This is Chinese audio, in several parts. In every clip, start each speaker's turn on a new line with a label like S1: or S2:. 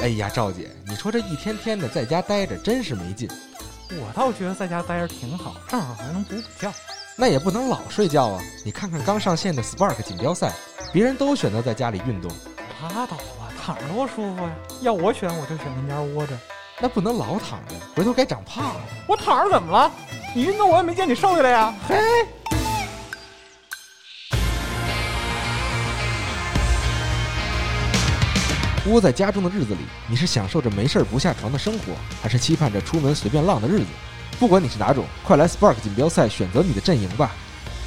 S1: 哎呀，赵姐，你说这一天天的在家待着，真是没劲。
S2: 我倒觉得在家待着挺好，正好还能补补觉。
S1: 那也不能老睡觉啊！你看看刚上线的 Spark 锦标赛，别人都选择在家里运动，
S2: 拉倒吧，躺着多舒服呀！要我选，我就选跟家窝着。
S1: 那不能老躺着，回头该长胖了。
S2: 我躺着怎么了？你运动我也没见你瘦下来呀！嘿，
S1: 窝在家中的日子里，你是享受着没事儿不下床的生活，还是期盼着出门随便浪的日子？不管你是哪种，快来 Spark 锦标赛选择你的阵营吧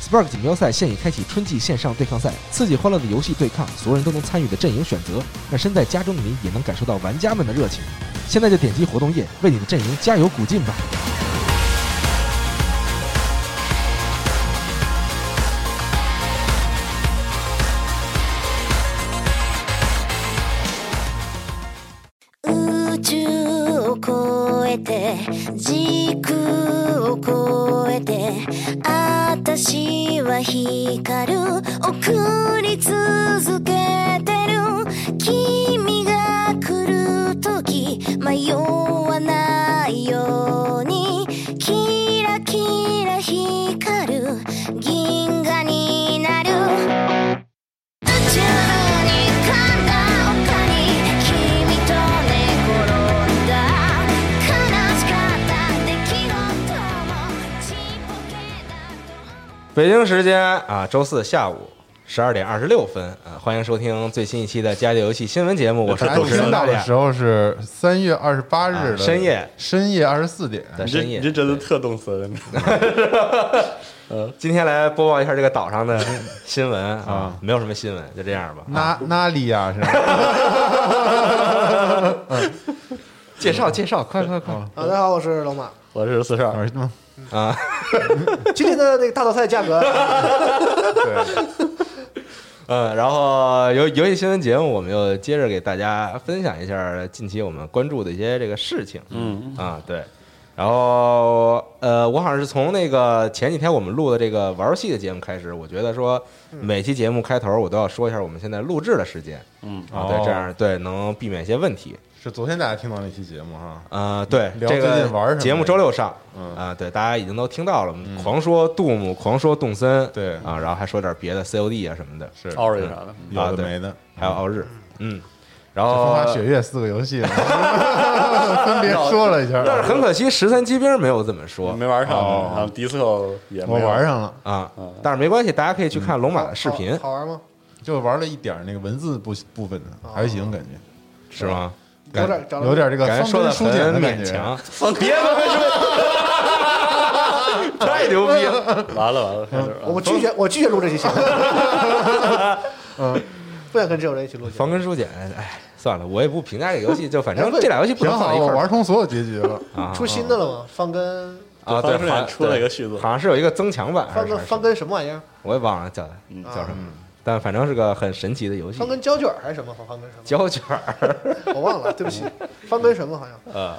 S1: ！Spark 锦标赛现已开启春季线上对抗赛，刺激欢乐的游戏对抗，所有人都能参与的阵营选择，让身在家中的你也能感受到玩家们的热情。现在就点击活动页，为你的阵营加油鼓劲吧！
S3: 宇宙を越えて時空を越えて私は光る送り続けてる君が来る時迷わないようにキラキラ光る銀河になる宇宙に噛んだ丘に君と寝転がって悲しかった出来事もちっぽけだと
S1: 北京时间啊，周四下午十二点二十六分啊，欢迎收听最新一期的《家里游戏新闻节目》，我是
S4: 大家
S1: 主持人
S4: 听
S1: 大
S4: 到的
S1: 家
S4: 时。候是三月二十八日
S1: 啊
S4: 的
S1: 深夜
S4: 深夜二十四点。
S1: 对
S5: 你这
S1: 深夜
S5: 你这真的特动森，
S1: 今天来播报一下这个岛上的新闻啊，没有什么新闻，就这样吧。啊
S4: 那那里呀 是吧？
S1: 介绍介绍，快快快！
S6: 啊，大家好，我是老马。
S5: 我是四十二，
S4: 我说
S6: 今天的那个大道赛价格，
S4: 对，
S1: 嗯，然后游游戏新闻节目，我们又接着给大家分享一下近期我们关注的一些这个事情。
S5: 嗯，
S1: 啊，对。然后呃，我好像是从那个前几天我们录的这个玩游戏的节目开始，我觉得说每期节目开头我都要说一下我们现在录制的时间。
S5: 嗯
S1: 啊，对，
S4: 哦
S1: 这样对能避免一些问题。
S4: 是昨天大家听到那期节目哈。
S1: 呃，对，这
S4: 聊最
S1: 个
S4: 近玩什么
S1: 节目周六上，
S4: 嗯
S1: 啊，对，大家已经都听到了，我们狂说杜牧，狂说动森，
S4: 对
S1: 啊，然后还说点别的 COD 啊什么的，
S4: 是
S5: 奥瑞啥的，
S1: 啊
S4: 有的
S1: 对
S4: 没的，
S1: 还有奥日，嗯，然
S4: 呃风
S1: 后
S4: 花雪月四个游 戏分别说了一下，
S1: 但是很可惜，十三机兵没有怎么
S5: 我
S1: 说
S5: 没玩上，
S4: 哦
S5: 然后迪斯科也没
S4: 我玩，上了，
S1: 啊，但是没关系，大家可以去看龙马的视频
S6: 好，好玩吗？
S4: 就玩了一点那个文字部部分的，还行感觉，
S1: 是吗？
S6: 有点找到
S4: 哦有点这个
S1: 感觉
S4: 呃
S1: 说
S4: 方针
S1: 的
S4: 书简
S1: 很
S4: 的
S1: 勉
S4: 感觉。
S1: 强，别跟说， 太牛逼了！
S5: 完了完了开始
S1: 啊
S4: 嗯
S5: 了，
S6: 我拒绝，我拒绝录这期 节目。 嗯不想跟这种人一起录节
S1: 防
S6: 目。
S1: 根书简，哎，算了，我也不评价这个游戏，就反正
S6: 哎不
S1: 这俩游戏不
S4: 挺
S1: 能
S4: 好，
S1: 放一
S4: 我
S1: 块儿
S4: 玩通所有结局了。
S1: 啊。
S6: 出新的了吗？方根，
S1: 啊，对，
S5: 方志
S1: 好
S5: 远出了一个续
S1: 对
S5: 作
S1: 好像是有一个增强版还
S6: 方
S1: 是啥
S6: 根，
S1: 事
S6: 方根什么玩意儿？
S1: 我也忘了叫
S5: 嗯
S1: 叫
S4: 嗯
S1: 什么，但反正是个很神奇的游戏
S6: 方。根胶卷还是什么？方根什
S1: 胶卷儿，
S6: 么？我忘了，对 不起。方根什么好像？
S1: 呃，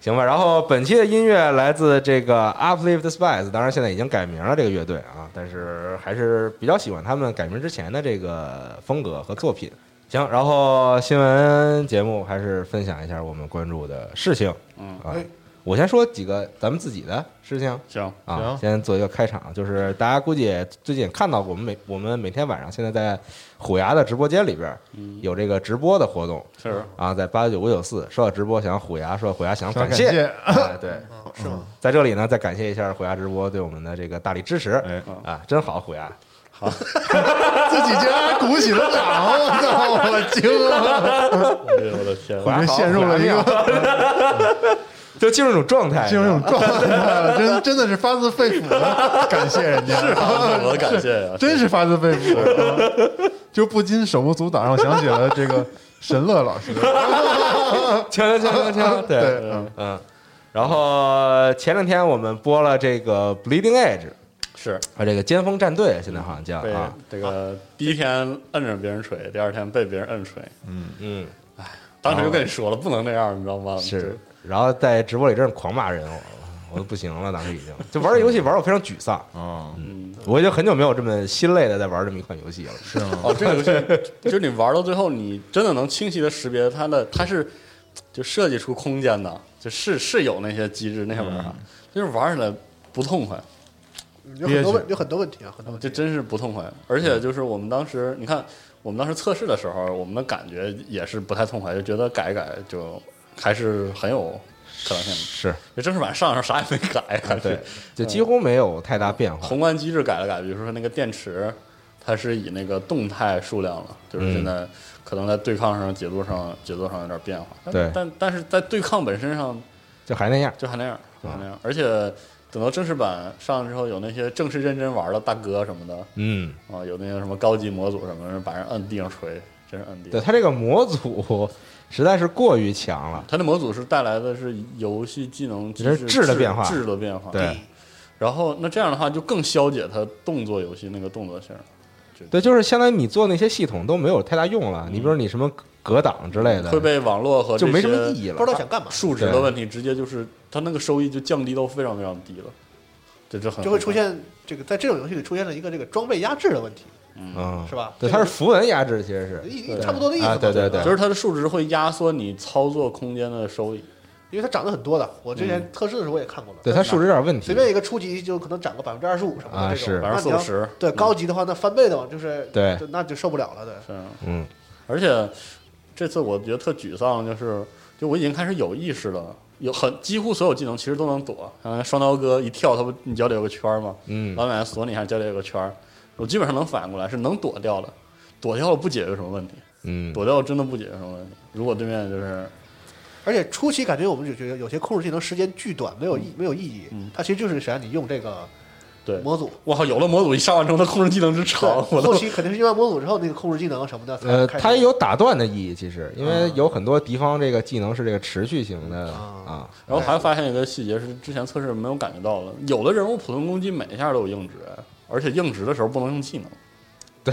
S1: 行吧。然后本期的音乐来自这个 Uplift Spice，当然现在已经改名了这个乐队啊，但是还是比较喜欢他们改名之前的这个风格和作品。行，然后新闻节目还是分享一下我们关注的事情。
S5: 嗯
S1: 啊
S6: 哎，
S1: 我先说几个咱们自己的事情。
S5: 行，
S1: 啊，
S4: 行
S1: 先做一个开场，就是大家估计也最近也看到过，我们每我们每天晚上现在在虎牙的直播间里边儿
S6: 嗯
S1: 有这个直播的活动
S5: 是
S1: 啊，在八九五九四说到直播，想要虎牙，说到虎牙想
S4: 感
S1: 谢，
S4: 谢，嗯
S1: 哎对，
S6: 啊，是吗？
S1: 在这里呢再感谢一下虎牙直播对我们的这个大力支持
S4: 哎，
S6: 嗯
S1: 啊，真好虎牙，
S4: 自己竟然还鼓起了掌，我操，我惊了，
S5: 哎呦我的天，
S1: 虎牙
S4: 我
S1: 好
S4: 这陷入了一个
S1: 虎牙妙就进入一种状态，
S4: 进入这种状态了，真真的是发自肺腑的感谢人家，
S5: 我的感谢呀，
S4: 真是发自肺腑的，就不禁手舞足蹈，让我想起了这个神乐老师，
S1: 锵锵锵锵锵，对。
S4: 对，嗯
S1: 嗯，然后前两天我们播了这个《Bleeding Edge》
S5: 是
S1: 啊，这个尖峰战队现在好像叫
S5: 被
S1: 啊，
S5: 这个第一天摁着别人锤，第二天被别人摁锤，
S1: 嗯
S5: 当时就跟你说了不能那样，你知道吗？
S1: 是，然后在直播里真是狂骂人，我我都不行了，当时已经就玩这游戏玩得我非常沮 丧，嗯
S4: 啊，
S1: 我已经很久没有这么心累的在玩这么一款游戏了。
S4: 是吗？
S5: 哦，这个游戏就是你玩到最后，你真的能清晰的识别它的，它是就设计出空间的，就是是有那些机制那些玩
S1: 嗯
S5: 法，就是玩起来不痛快，
S6: 有很多问有很多问题啊，很多问
S5: 这
S6: 题。
S5: 真是不痛快。而且就是我们当时，你看我们当时测试的时候，我们的感觉也是不太痛快，就觉得改一改就还是很有可能性的。
S1: 是，
S5: 就正式版上上啥也没改，感觉
S1: 对，就几
S6: 嗯
S1: 乎没有太大变化。
S5: 宏观机制改了改，比如说那个电池，它是以那个动态数量了，就是现在可能在对抗上、节奏上、节奏上有点变化。但
S1: 对
S5: 但但是在对抗本身上
S1: 就还那样。
S5: 就还那样，就还那样。而且等到正式版上了之后，有那些正式认真玩的大哥什么的
S1: 嗯，
S5: 啊，有那些什么高级模组什么的，把人摁地上锤，真是摁地
S1: 对
S5: 上。
S1: 他这个模组实在是过于强了。
S5: 它的模组是带来的是游戏技能机
S1: 就是质的变化
S5: 质的变化。
S1: 对，
S5: 然后那这样的话就更消解它动作游戏那个动作性。
S1: 对，就是相当于你做那些系统都没有太大用了。你比如你什么格挡之类的，
S5: 会被网络和
S1: 就
S5: 这
S1: 没什么
S5: 些
S1: 意义
S6: 不知
S1: 了。
S6: 道想干嘛，
S5: 数值的问题，直接就是它那个收益就降低到非常非常低了，这就很
S6: 就会出现这个在这种游戏里出现了一个这个装备压制的问题，
S1: 嗯，
S6: 是吧
S1: 对，它是符文压制，其实是
S6: 一一差不多的意思
S1: 啊
S6: 嘛。
S1: 对对对
S6: 吧
S5: 就是它的数值会压缩你操作空间的收益。
S6: 因为它涨得很多的，我之前测试的时候我也看过了。
S1: 嗯对它数值有点问题
S6: 随。便一个初级就可能涨个百分之二十五什么
S1: 啊
S6: 的这种，
S1: 是
S6: 那你要
S5: 40%
S6: 对
S5: 嗯
S6: 高级的话，那翻倍的嘛，就是
S1: 对
S6: 就那就受不了了，对，
S5: 嗯，
S1: 嗯，
S5: 而且这次我觉得特沮丧，就是就我已经开始有意识了，有很几乎所有技能其实都能躲。刚才双刀哥一跳，他不你脚底有个圈儿吗？
S1: 嗯
S5: 老奶奶锁你还是脚底有个圈儿，我基本上能反应过来是能躲掉的，躲掉了不解决什么问题，
S1: 嗯，
S5: 躲掉了真的不解决什么问题。如果对面就是
S6: 而且初期感觉我们就觉得有些控制技能时间巨短，没有意没有意义，它其实就是想让你用这个
S5: 嗯对
S6: 模组。
S5: 哇，有了模组一上完之后，它控制技能之长，我都
S6: 后期肯定是用完模组之后，那个控制技能啊什么的才
S1: 呃，
S6: 开始
S1: 它也有打断的意义，其实因为有很多敌方这个技能是这个持续型的嗯啊，
S5: 然后还发现一个细节是之前测试没有感觉到的，有的人物普通攻击每一下都有硬直，而且硬直的时候不能用技能。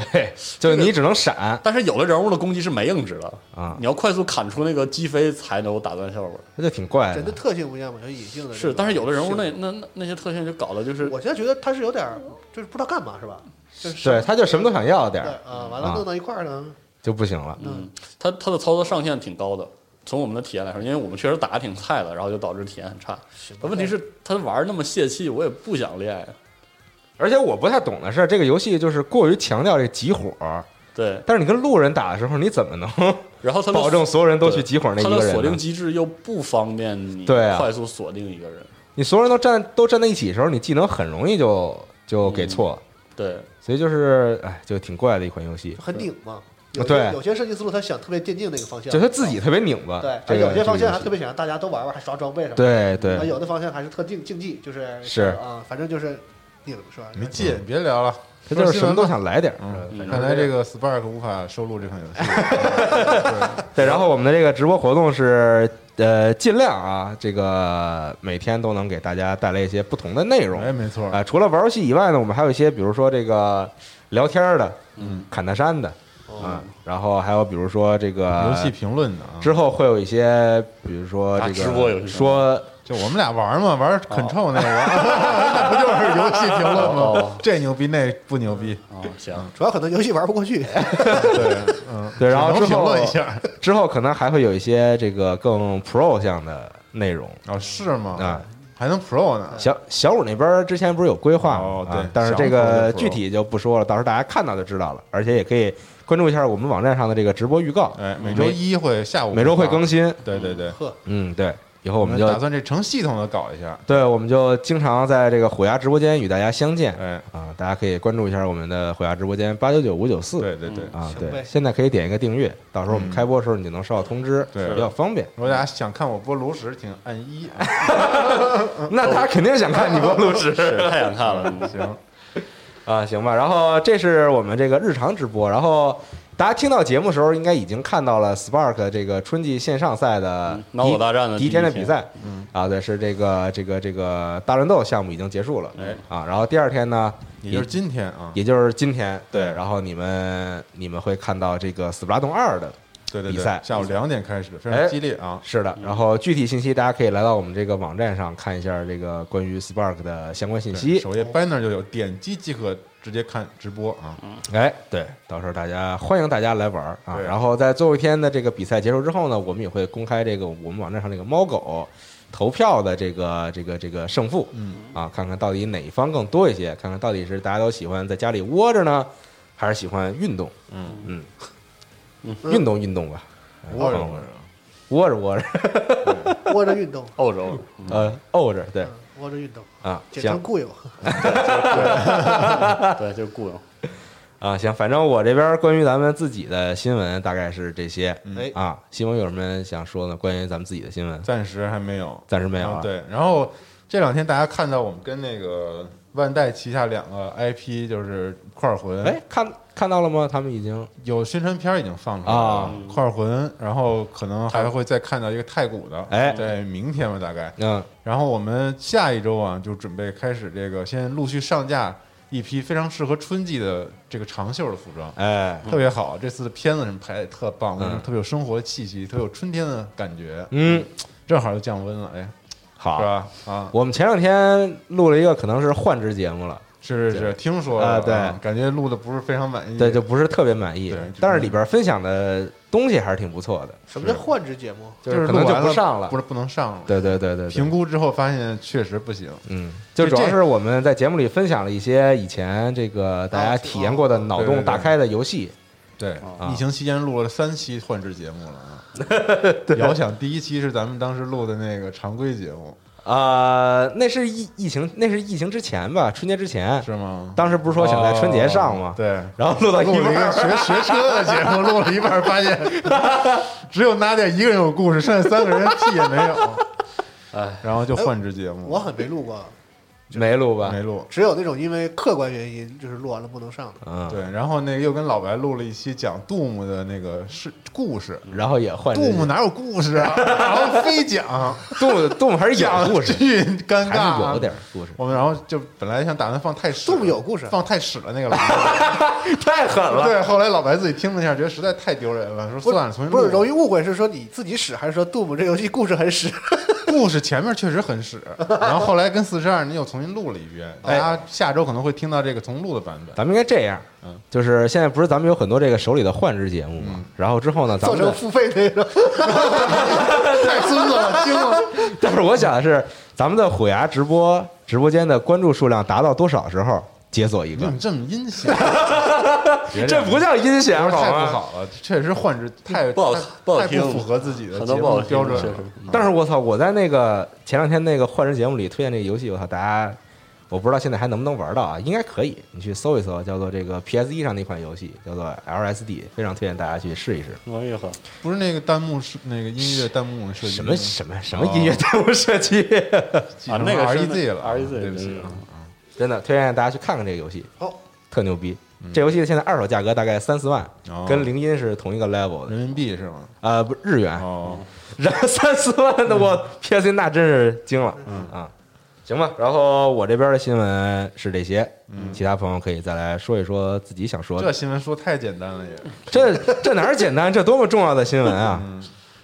S1: 对，就是你只能闪
S5: 但是有的人物的攻击是没硬直的
S1: 啊
S5: 你要快速砍出那个击飞才能有打断效果。
S1: 它就挺怪
S6: 人
S1: 的。
S6: 的特性不一样嘛，有隐性的这
S5: 是，
S6: 种
S5: 但是有的人物那那那那些特性就搞的就是
S6: 我现在觉得他是有点儿就是不知道干嘛是吧？就是
S1: 对，它就什么都想要点
S6: 对
S1: 儿
S6: 啊，完了
S1: 啊
S6: 弄到一块儿呢，
S1: 就不行了。
S5: 嗯，他他的操作上限挺高的。从我们的体验来说，因为我们确实打的挺菜的，然后就导致体验很差。但问题是，他玩儿那么泄气，我也不想练呀。
S1: 而且我不太懂的是，这个游戏就是过于强调这集火，
S5: 对，
S1: 但是你跟路人打的时候，你怎么能
S5: 然后他的
S1: 保证所有人都去集火那一
S5: 它
S1: 个
S5: 的
S1: 人
S5: 锁定
S1: 呢？
S5: 机制又不方便你
S1: 对啊
S5: 快速锁定一个人，
S1: 你所有人都站都站在一起的时候，你技能很容易就就给错，
S5: 对，
S1: 所以就是哎，就挺怪的一款游戏
S6: 就，很拧嘛。有些
S1: 啊对
S6: 有些设计思路他想特别电竞那个方向，
S1: 就它自己特别拧巴。
S6: 对，
S1: 这
S6: 而
S1: 个
S6: 有些方向还
S1: 这
S6: 特
S1: 个游戏
S6: 别想让大家都玩玩，还刷装备什么的。
S1: 对
S6: 啊，
S1: 对，
S6: 有的方向还是特定竞技，就是
S1: 是
S6: 啊，反正就是拧是吧？
S4: 没劲，别聊了。
S1: 它就是什么都想来点儿。
S4: 嗯，
S5: 嗯
S4: 看来这个 Spark 无法收录这款游戏。
S1: 对，然后我们的这个直播活动是呃，尽量啊，这个每天都能给大家带来一些不同的内容。
S5: 嗯
S4: 哎，没错
S1: 啊、，除了玩游戏以外呢，我们还有一些，比如说这个聊天儿的，嗯，侃大山的，
S5: 哦
S1: 啊、然后还有比如说这个
S4: 游戏评论的啊，
S1: 之后会有一些，比如说这
S5: 打
S1: 个
S5: 直播游戏
S1: 说
S4: 就我们俩玩嘛，玩 Control 那个， 那不就是游戏评论吗
S5: 哦？
S4: 这牛逼，那不牛逼，
S5: 啊、行，
S6: 主要可能游戏玩不 过去，
S4: 对，嗯，
S1: 对，然后
S4: 只
S1: 之
S4: 能评
S1: 后
S4: 论一下
S1: 之后可能还会有一些这个更 pro 向的内容。
S4: 哦，是吗？
S1: 啊，
S4: 还能 Pro 呢？
S1: 小小五那边儿之前不是有规划吗？
S4: 哦对
S1: 啊，但是
S4: 小五
S1: 这个
S4: 的 pro
S1: 具体就不说了，到时候大家看到就知道了。而且也可以关注一下我们网站上的这个直播预告，
S4: 哎，每周一会下午
S1: 每周会更新。
S4: 对对对，
S6: 呵，
S1: 嗯，对，以后我
S4: 我
S1: 们就
S4: 打算这成系统的搞一下。
S1: 对，我们就经常在这个虎牙直播间与大家相见。
S4: 哎，
S1: 啊，大家可以关注一下我们的虎牙直播间八九九五九四。
S4: 对对对，
S1: 啊，
S6: 行
S1: 对，
S6: 呗
S1: 现在可以点一个订阅，到时候我们
S4: 嗯
S1: 开播的时候你就能收到通知，
S4: 对
S1: 比较方便。
S4: 如果大家想看我播炉石，请按一。啊
S1: 嗯那他肯定是想看你播录制
S5: 是太想看了，
S4: 行，
S1: 啊，行吧。然后这是我们这个日常直播，然后大家听到节目的时候，应该已经看到了 Spark 这个春季线上赛的
S5: 嗯脑火大战的
S1: 第一
S5: 第一
S1: 天的
S5: 天
S1: 比赛，啊，对，是这个这个这个大乱斗项目已经结束了，
S5: 哎
S1: 啊，然后第二天呢，
S4: 也就是今天啊，
S1: 也就是今天，对，
S4: 对
S1: 然后你们你们会看到这个《斯普拉遁二》的
S4: 对对
S1: 比
S4: 对
S1: 赛，
S4: 下午两点开始，非
S1: 哎
S4: 常激烈啊！
S1: 是的，然后具体信息大家可以来到我们这个网站上看一下这个关于 Spark 的相关信
S4: 对
S1: 息。
S4: 首页 banner 就有，点击即可直接看直播啊！
S1: 哎，对，到时候大家欢迎大家来玩儿啊！
S4: 对
S1: 然后在最后一天的这个比赛结束之后呢，我们也会公开这个我们网站上这个猫狗投票的这个这个这个胜负，
S4: 嗯
S1: 啊，看看到底哪一方更多一些，看看到底是大家都喜欢在家里窝着呢，还是喜欢运动？嗯嗯，运动运动吧，
S4: 我
S1: 嗯窝着窝着，
S6: 窝着运动，
S5: 欧洲，
S1: 呃，怄着，对
S6: 嗯窝着运动，
S1: 啊，
S6: 简
S1: 行
S6: 称。固有。
S5: 对，就是雇佣。
S1: 啊，行，反正我这边关于咱们自己的新闻大概是这些
S4: 嗯
S6: 哎，
S1: 啊。新闻有什么想说的？关于咱们自己的新闻，
S4: 暂时还没有，
S1: 暂时没有
S4: 啊
S1: 啊。
S4: 对，然后这两天大家看到我们跟那个万代旗下两个 IP 就是块儿魂，
S1: 哎，看看到了吗？他们已经
S4: 有宣传片儿已经放出来
S1: 啊
S4: 了，块儿魂，然后可能还会再看到一个太古的，
S1: 哎
S4: 在明天吧大概。
S1: 嗯
S4: 然后我们下一周啊，就准备开始这个，先陆续上架一批非常适合春季的这个长袖的服装，
S1: 哎
S4: 特别好。这次的片子什么拍的也特棒，
S1: 嗯
S4: 特别有生活气息，特别有春天的感觉。
S1: 嗯，
S4: 正好又降温了，哎，是
S1: 好。
S4: 吧？啊，
S1: 我们前两天录了一个可能是换职节目了，
S4: 是是是，听说
S1: 啊
S4: 了，
S1: 对
S4: 感觉录的不是非常满意。
S1: 对，就不是特别满意
S4: 嗯对就是，
S1: 但是里边分享的东西还是挺不错的，
S6: 什么叫换职节目？
S1: 就是
S4: 是
S1: 可能
S4: 录
S1: 就
S4: 完
S1: 不
S4: 了
S1: 上了
S4: 不。是不能上了。
S1: 对对对对，对
S4: 评估之后发现确实不行，
S1: 嗯，就主要是我们在节目里分享了一些以前这个大家体验过的脑
S4: 对对
S1: 洞
S4: 对
S1: 打开的游戏，
S4: 对
S1: 啊，
S4: 疫情期间录了三期换制节目了啊。遥想第一期是咱们当时录的那个常规节目，
S1: 啊，那是疫疫情，那是疫情之前吧，春节之前，
S4: 是吗？
S1: 当时不是说想在春节上吗？哎
S4: 哦对。
S1: 然后录到一
S4: 录了
S1: 半
S4: 一个
S1: 儿，
S4: 学学车的节目，录了一半儿发现 只有娜姐一个人有故事，剩下三个人屁也没有。
S5: 哎，
S4: 然后就换制节目，
S6: 我很没录过，
S1: 没录吧
S4: 没？录。
S6: 只有那种因为客观原因就是录完了不能上的。
S1: 嗯，
S4: 对，然后那个又跟老白录了一期讲杜牧的那个是故事，
S1: 然后也 换
S4: 杜牧哪有故事啊？然后非讲，
S1: 动动还是
S4: 讲
S1: 有故事，
S4: 巨尴
S1: 还
S4: 尬，
S1: 是有点故事，
S4: 我们然后就本来想打算放太屎了，
S6: 杜牧有故事
S4: 放太屎了那 个老白，
S1: 太狠了。
S4: 对，后来老白自己听了一下，觉得实在太丢人了，说
S6: 不是
S4: 算了，重新
S6: 不是容
S4: 录。
S6: 易误会，是说你自己使，还是说杜牧这游戏故事 很使？
S4: 故事前面确实很屎，然后后来跟四十二你又重新录了一遍，大 家
S5: 哎
S4: 下周可能会听到这个重录的版本。
S1: 咱们应该这样
S4: 嗯，
S1: 就是现在不是咱们有很多这个手里的换制节目嘛
S4: 嗯，
S1: 然后之后呢，咱
S6: 做
S1: 们
S6: 成
S1: 的
S6: 付费 那种，
S4: 太孙子了，听了。
S1: 但是我想的是，咱们的虎牙直播直播间的关注数量达到多少时候解锁一
S4: 你
S1: 个
S4: 怎？么这么阴险？ 别
S1: 这
S4: 样
S1: 不叫阴险
S4: 太不
S1: 好吗？
S4: 好了，确实换置太
S5: 啊不好
S4: 太
S5: 不好
S4: 太
S5: 听
S4: 不符合自己的
S5: 很
S4: 节
S5: 多不好
S4: 目
S5: 听
S4: 标准
S5: 确
S4: 了
S5: 实。
S1: 但是我操，我在那个前两天那个换人节目里推荐这个游戏，我操，大家我不知道现在还能不能玩到啊？应该可以，你去搜一搜，叫做这个 PS 一上的一款游戏，叫做 LSD，非常推荐大家去试一试。
S5: 什么意思？
S4: 不是那个弹幕是那个音乐弹幕设计
S1: 什
S4: 吗
S1: 么什么什么音乐弹幕设计，
S4: 记
S5: 啊
S4: 成
S5: 那个是
S4: REZ 了啊
S5: REZ
S4: 对不起
S5: 对
S4: 啊。
S1: 真的推荐大家去看看这个游戏，
S6: 好，
S1: 特牛逼。这游戏现在二手价格大概三四万
S5: 嗯
S4: 哦，
S1: 跟铃音是同一个 level 的，
S4: 人民币是吗？
S1: 呃，不日元，
S4: 哦，
S1: 然后三四万的我 PS 那真是惊了，嗯啊，行吧。然后我这边的新闻是这些，其他朋友可以再来说一说自己想说
S4: 这
S1: 的。
S4: 新闻说太简单了也。
S1: 这这哪儿简单？这多么重要的新闻啊！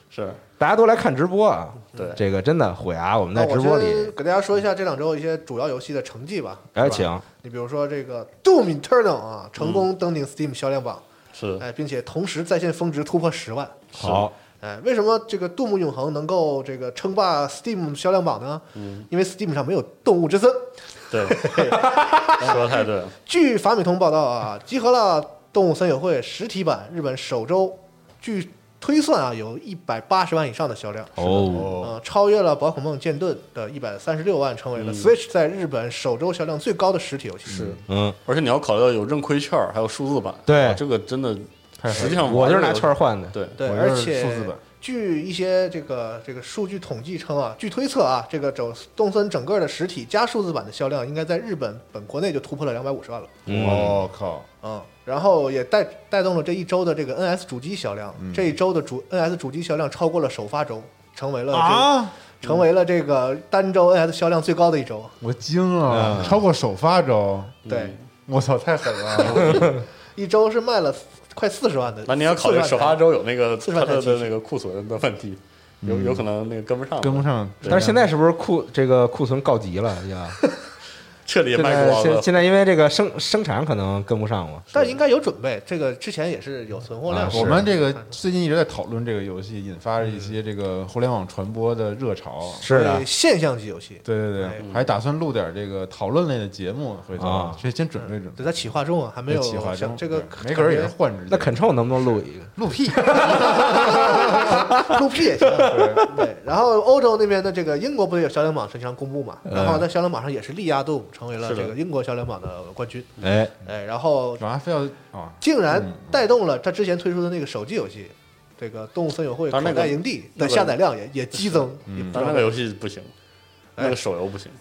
S5: 是
S1: 大家都来看直播啊！
S5: 对
S1: 这个真的虎牙，我们在
S6: 那我
S1: 直播
S6: 先
S1: 里，
S6: 给大家说一下这两周一些主要游戏的成绩吧。
S1: 哎，
S6: 是吧
S1: 请
S6: 你比如说这个《Doom Eternal》啊，成
S1: 嗯
S6: 功登顶 Steam 销量榜，
S5: 是
S6: 哎，并且同时在线峰值突破十万。
S1: 好，
S6: 哎，为什么这个《Doom 永恒》能够这个称霸 Steam 销量榜呢？嗯，因为 Steam 上没有《动物之森》。
S5: 对，说得太对了，
S6: 据法美通报道啊，集合了《动物森友会》实体版日本首周，据推算啊，有一百八十万以上的销量，
S1: 哦，
S4: 哦，
S6: 呃，超越了《宝可梦剑盾》的一百三十六万，成为了 Switch 在日本首周销量最高的实体游戏。嗯是，
S1: 嗯，
S5: 而且你要考虑到有认亏券儿，还有数字版，
S1: 对
S5: 哇这个真的，实际上
S1: 我就是拿
S5: 玩这个
S1: 券儿换的，
S5: 对，
S6: 对，
S4: 我
S6: 而
S4: 就是
S6: 且
S4: 数字版
S6: 据一些这个这个数据统计称啊，据推测啊，这个整动森整个的实体加数字版的销量，应该在日本本国内就突破了两百五十万了。
S1: 嗯，
S4: 我靠，
S6: 嗯，然后也带带动了这一周的这个 NS 主机销量，这一周的主 NS 主机销量超过了首发周，成为了这、
S4: 啊
S6: 成为了这个单周 NS 销量最高的一周。
S4: 我惊了，
S5: 嗯
S4: 超过首发周，
S6: 对，
S4: 我操，太狠了！
S6: 一周是卖了快四十万的。
S5: 那你要考虑首发
S6: 周，
S5: 周有那个
S6: 四
S5: 他
S6: 十万台
S5: 的
S6: 机
S5: 的
S6: 器
S5: 那个库存的问题，有
S4: 嗯
S5: 有可能那个跟不上，
S4: 跟不上。
S5: 对
S1: 但是现在是不是库这个库存告急了呀？
S5: 彻底
S1: 现
S5: 卖
S1: 在
S5: 光
S1: 现
S5: 了。
S1: 现在因为这个生生产可能跟不上了，
S6: 但应该有准备。这个之前也是有存货量
S1: 啊
S6: 的。
S1: 是
S4: 我们这个
S6: 看出
S4: 最近一直在讨论这个游戏，引发了一些这个互联网传播的热潮。
S1: 是的
S6: 对，现象级游戏，
S4: 对对
S6: 哎
S4: 对，还打算录点这个讨论类的节目，回头
S1: 啊
S4: 先先准备准备。
S6: 对，它企划中啊，还没有
S4: 企划中
S6: 像这个
S4: 对没准儿也是换着。
S1: 那 Control 能不能录一个？
S4: 录 屁，
S6: 录屁也行。 对，然后欧洲那边的这个英国不是有销量榜经常公布嘛，
S4: 嗯
S6: 然后在销量榜上也是力压杜姆成为了
S5: 是的
S6: 这个英国销量榜的冠军。
S1: 哎，
S6: 哎，然后
S4: 干嘛非要啊？
S6: 竟然
S4: 嗯
S6: 带动了他之前推出的那个手机游戏，这个《动物森友会
S5: 但
S6: 口
S5: 是那个
S6: 袋营地》
S5: 那
S6: 的
S5: 个
S6: 下载量也也激增。
S4: 嗯
S6: 也不知
S5: 但
S6: 道
S5: 那个游戏不行，
S6: 哎
S5: 那个手游不行，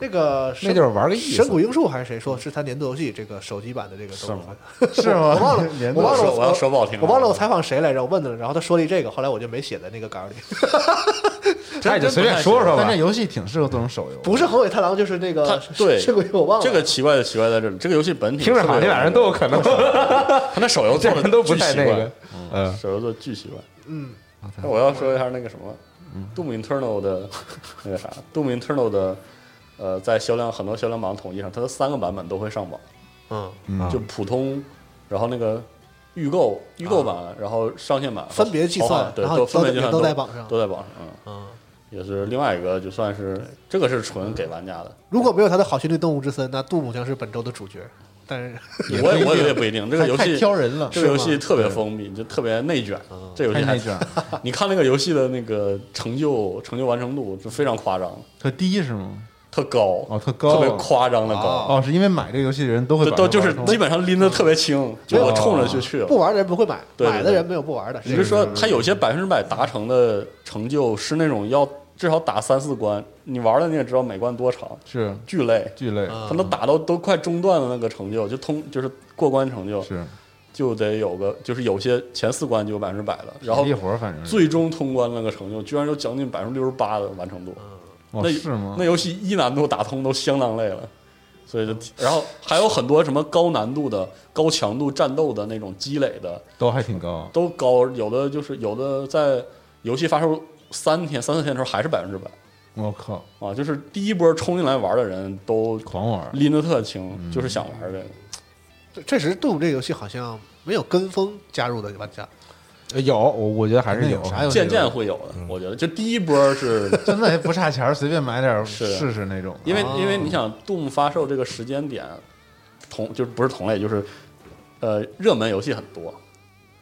S6: 那个
S1: 那就是玩个意
S6: 神谷
S1: 思。
S6: 英树还是谁说是他年度游戏这个手机版的这个 《动物森友会
S4: 是吗？
S6: 我忘了
S4: 年
S6: 我
S4: 度
S6: 忘了
S5: 手我要手不好听，啊
S6: 我忘了我采访谁来着，我问的，然后他说了一这个，后来我就没写在那个稿里。
S1: 那就随便说说
S4: 但
S1: 吧
S4: 这。游戏挺适合做成手游，
S6: 不是横尾太郎， 就是那
S5: 他
S6: 个
S5: 对
S6: 这个我忘了
S5: 这个奇怪的奇怪在这里，这个游戏本体
S1: 听着好像
S5: 特
S1: 这
S5: 别有
S1: 俩人都有可能，
S5: 他那手 游
S1: 这
S5: 做的
S1: 人都不太那个。嗯，
S5: 手游做巨奇怪。
S6: 嗯，
S5: 那我要说一下那个什么，
S1: 嗯
S5: 《Doom Eternal》的 那个啥，《Doom Eternal》的呃，在销量很多销量榜统计上，它的三个版本都会上榜，
S6: 嗯，
S4: 嗯
S5: 就普通，然后那个预购预购版，然后上线版
S6: 啊分别计算
S5: 豪华对，
S6: 然后
S5: 都分别计算
S6: 都在榜上
S5: 都在榜上，嗯，
S6: 嗯，
S5: 也是另外一个，就算是这个是纯给玩家的，
S6: 如果没有他的好兄弟动物之森，那杜姆将是本周的主角。但是，
S4: 也
S5: 我
S4: 不一
S5: 也
S4: 定
S5: 我也不一定，这个游
S4: 太
S5: 戏
S4: 太挑人了，嗯
S5: 这个游戏特别封闭，就特别内卷。这游
S4: 太
S5: 戏还
S4: 内卷，了。
S5: 你看那个游戏的那个成就成就完成度就非常夸张，
S4: 特低是吗？
S5: 特高
S4: 哦特高啊
S5: 特别夸张的高，
S4: 哦，是因为买这个游戏的嗯啊人都会
S5: 就
S4: 把
S5: 都
S4: 它
S5: 就是
S4: 玩通
S5: 基本上拎得特别轻，就我冲着就去
S6: 不
S5: 了。
S6: 玩的人不会买，
S5: 啊对对
S6: 买的人没有不玩的。嗯
S5: 你是说
S6: 这个
S5: 他有些百分之百达成的成就是那种要至少打三四关，你玩的你也知道每关多长，
S4: 是
S5: 巨累，
S4: 巨累，
S6: 嗯
S5: 他能打到都快中断的那个成就，就通就是过关成就是就得有个就是有些前四关就有百分之百的，然后
S4: 体力活儿反正是
S5: 最终通关那个成就，居然有将近百分之六十八的完成度。
S4: 哦
S5: 那
S4: 是吗
S5: 那？ 游戏一难度打通都相当累了，所
S4: 嗯
S5: 以就然后还有很多什么高难度的、高强度战斗的那种积累的
S4: 都还挺高，
S5: 都高，有的就是有的在游戏发售三天、三四天的时候还是百分之百
S4: 我靠，
S5: 啊，就是第一波冲进来玩的人都
S4: 狂玩儿
S5: 拎得特
S4: 嗯
S5: 轻，就是想玩这个。
S6: 这确实杜姆这个游戏好像没有跟风加入的玩家，
S1: 呃有，我我觉得还是有
S4: 那。嗯啥有
S5: 渐
S4: 这
S5: 渐
S4: 种
S5: 会有的，我觉得就第一波是
S4: 现在也不差钱儿，随便买点 儿
S5: 是的
S4: 试试那种，啊
S5: 因为
S6: 哦
S5: 因为你想，Doom 发售这个时间点，同就是不是同类，就是呃热门游戏很多，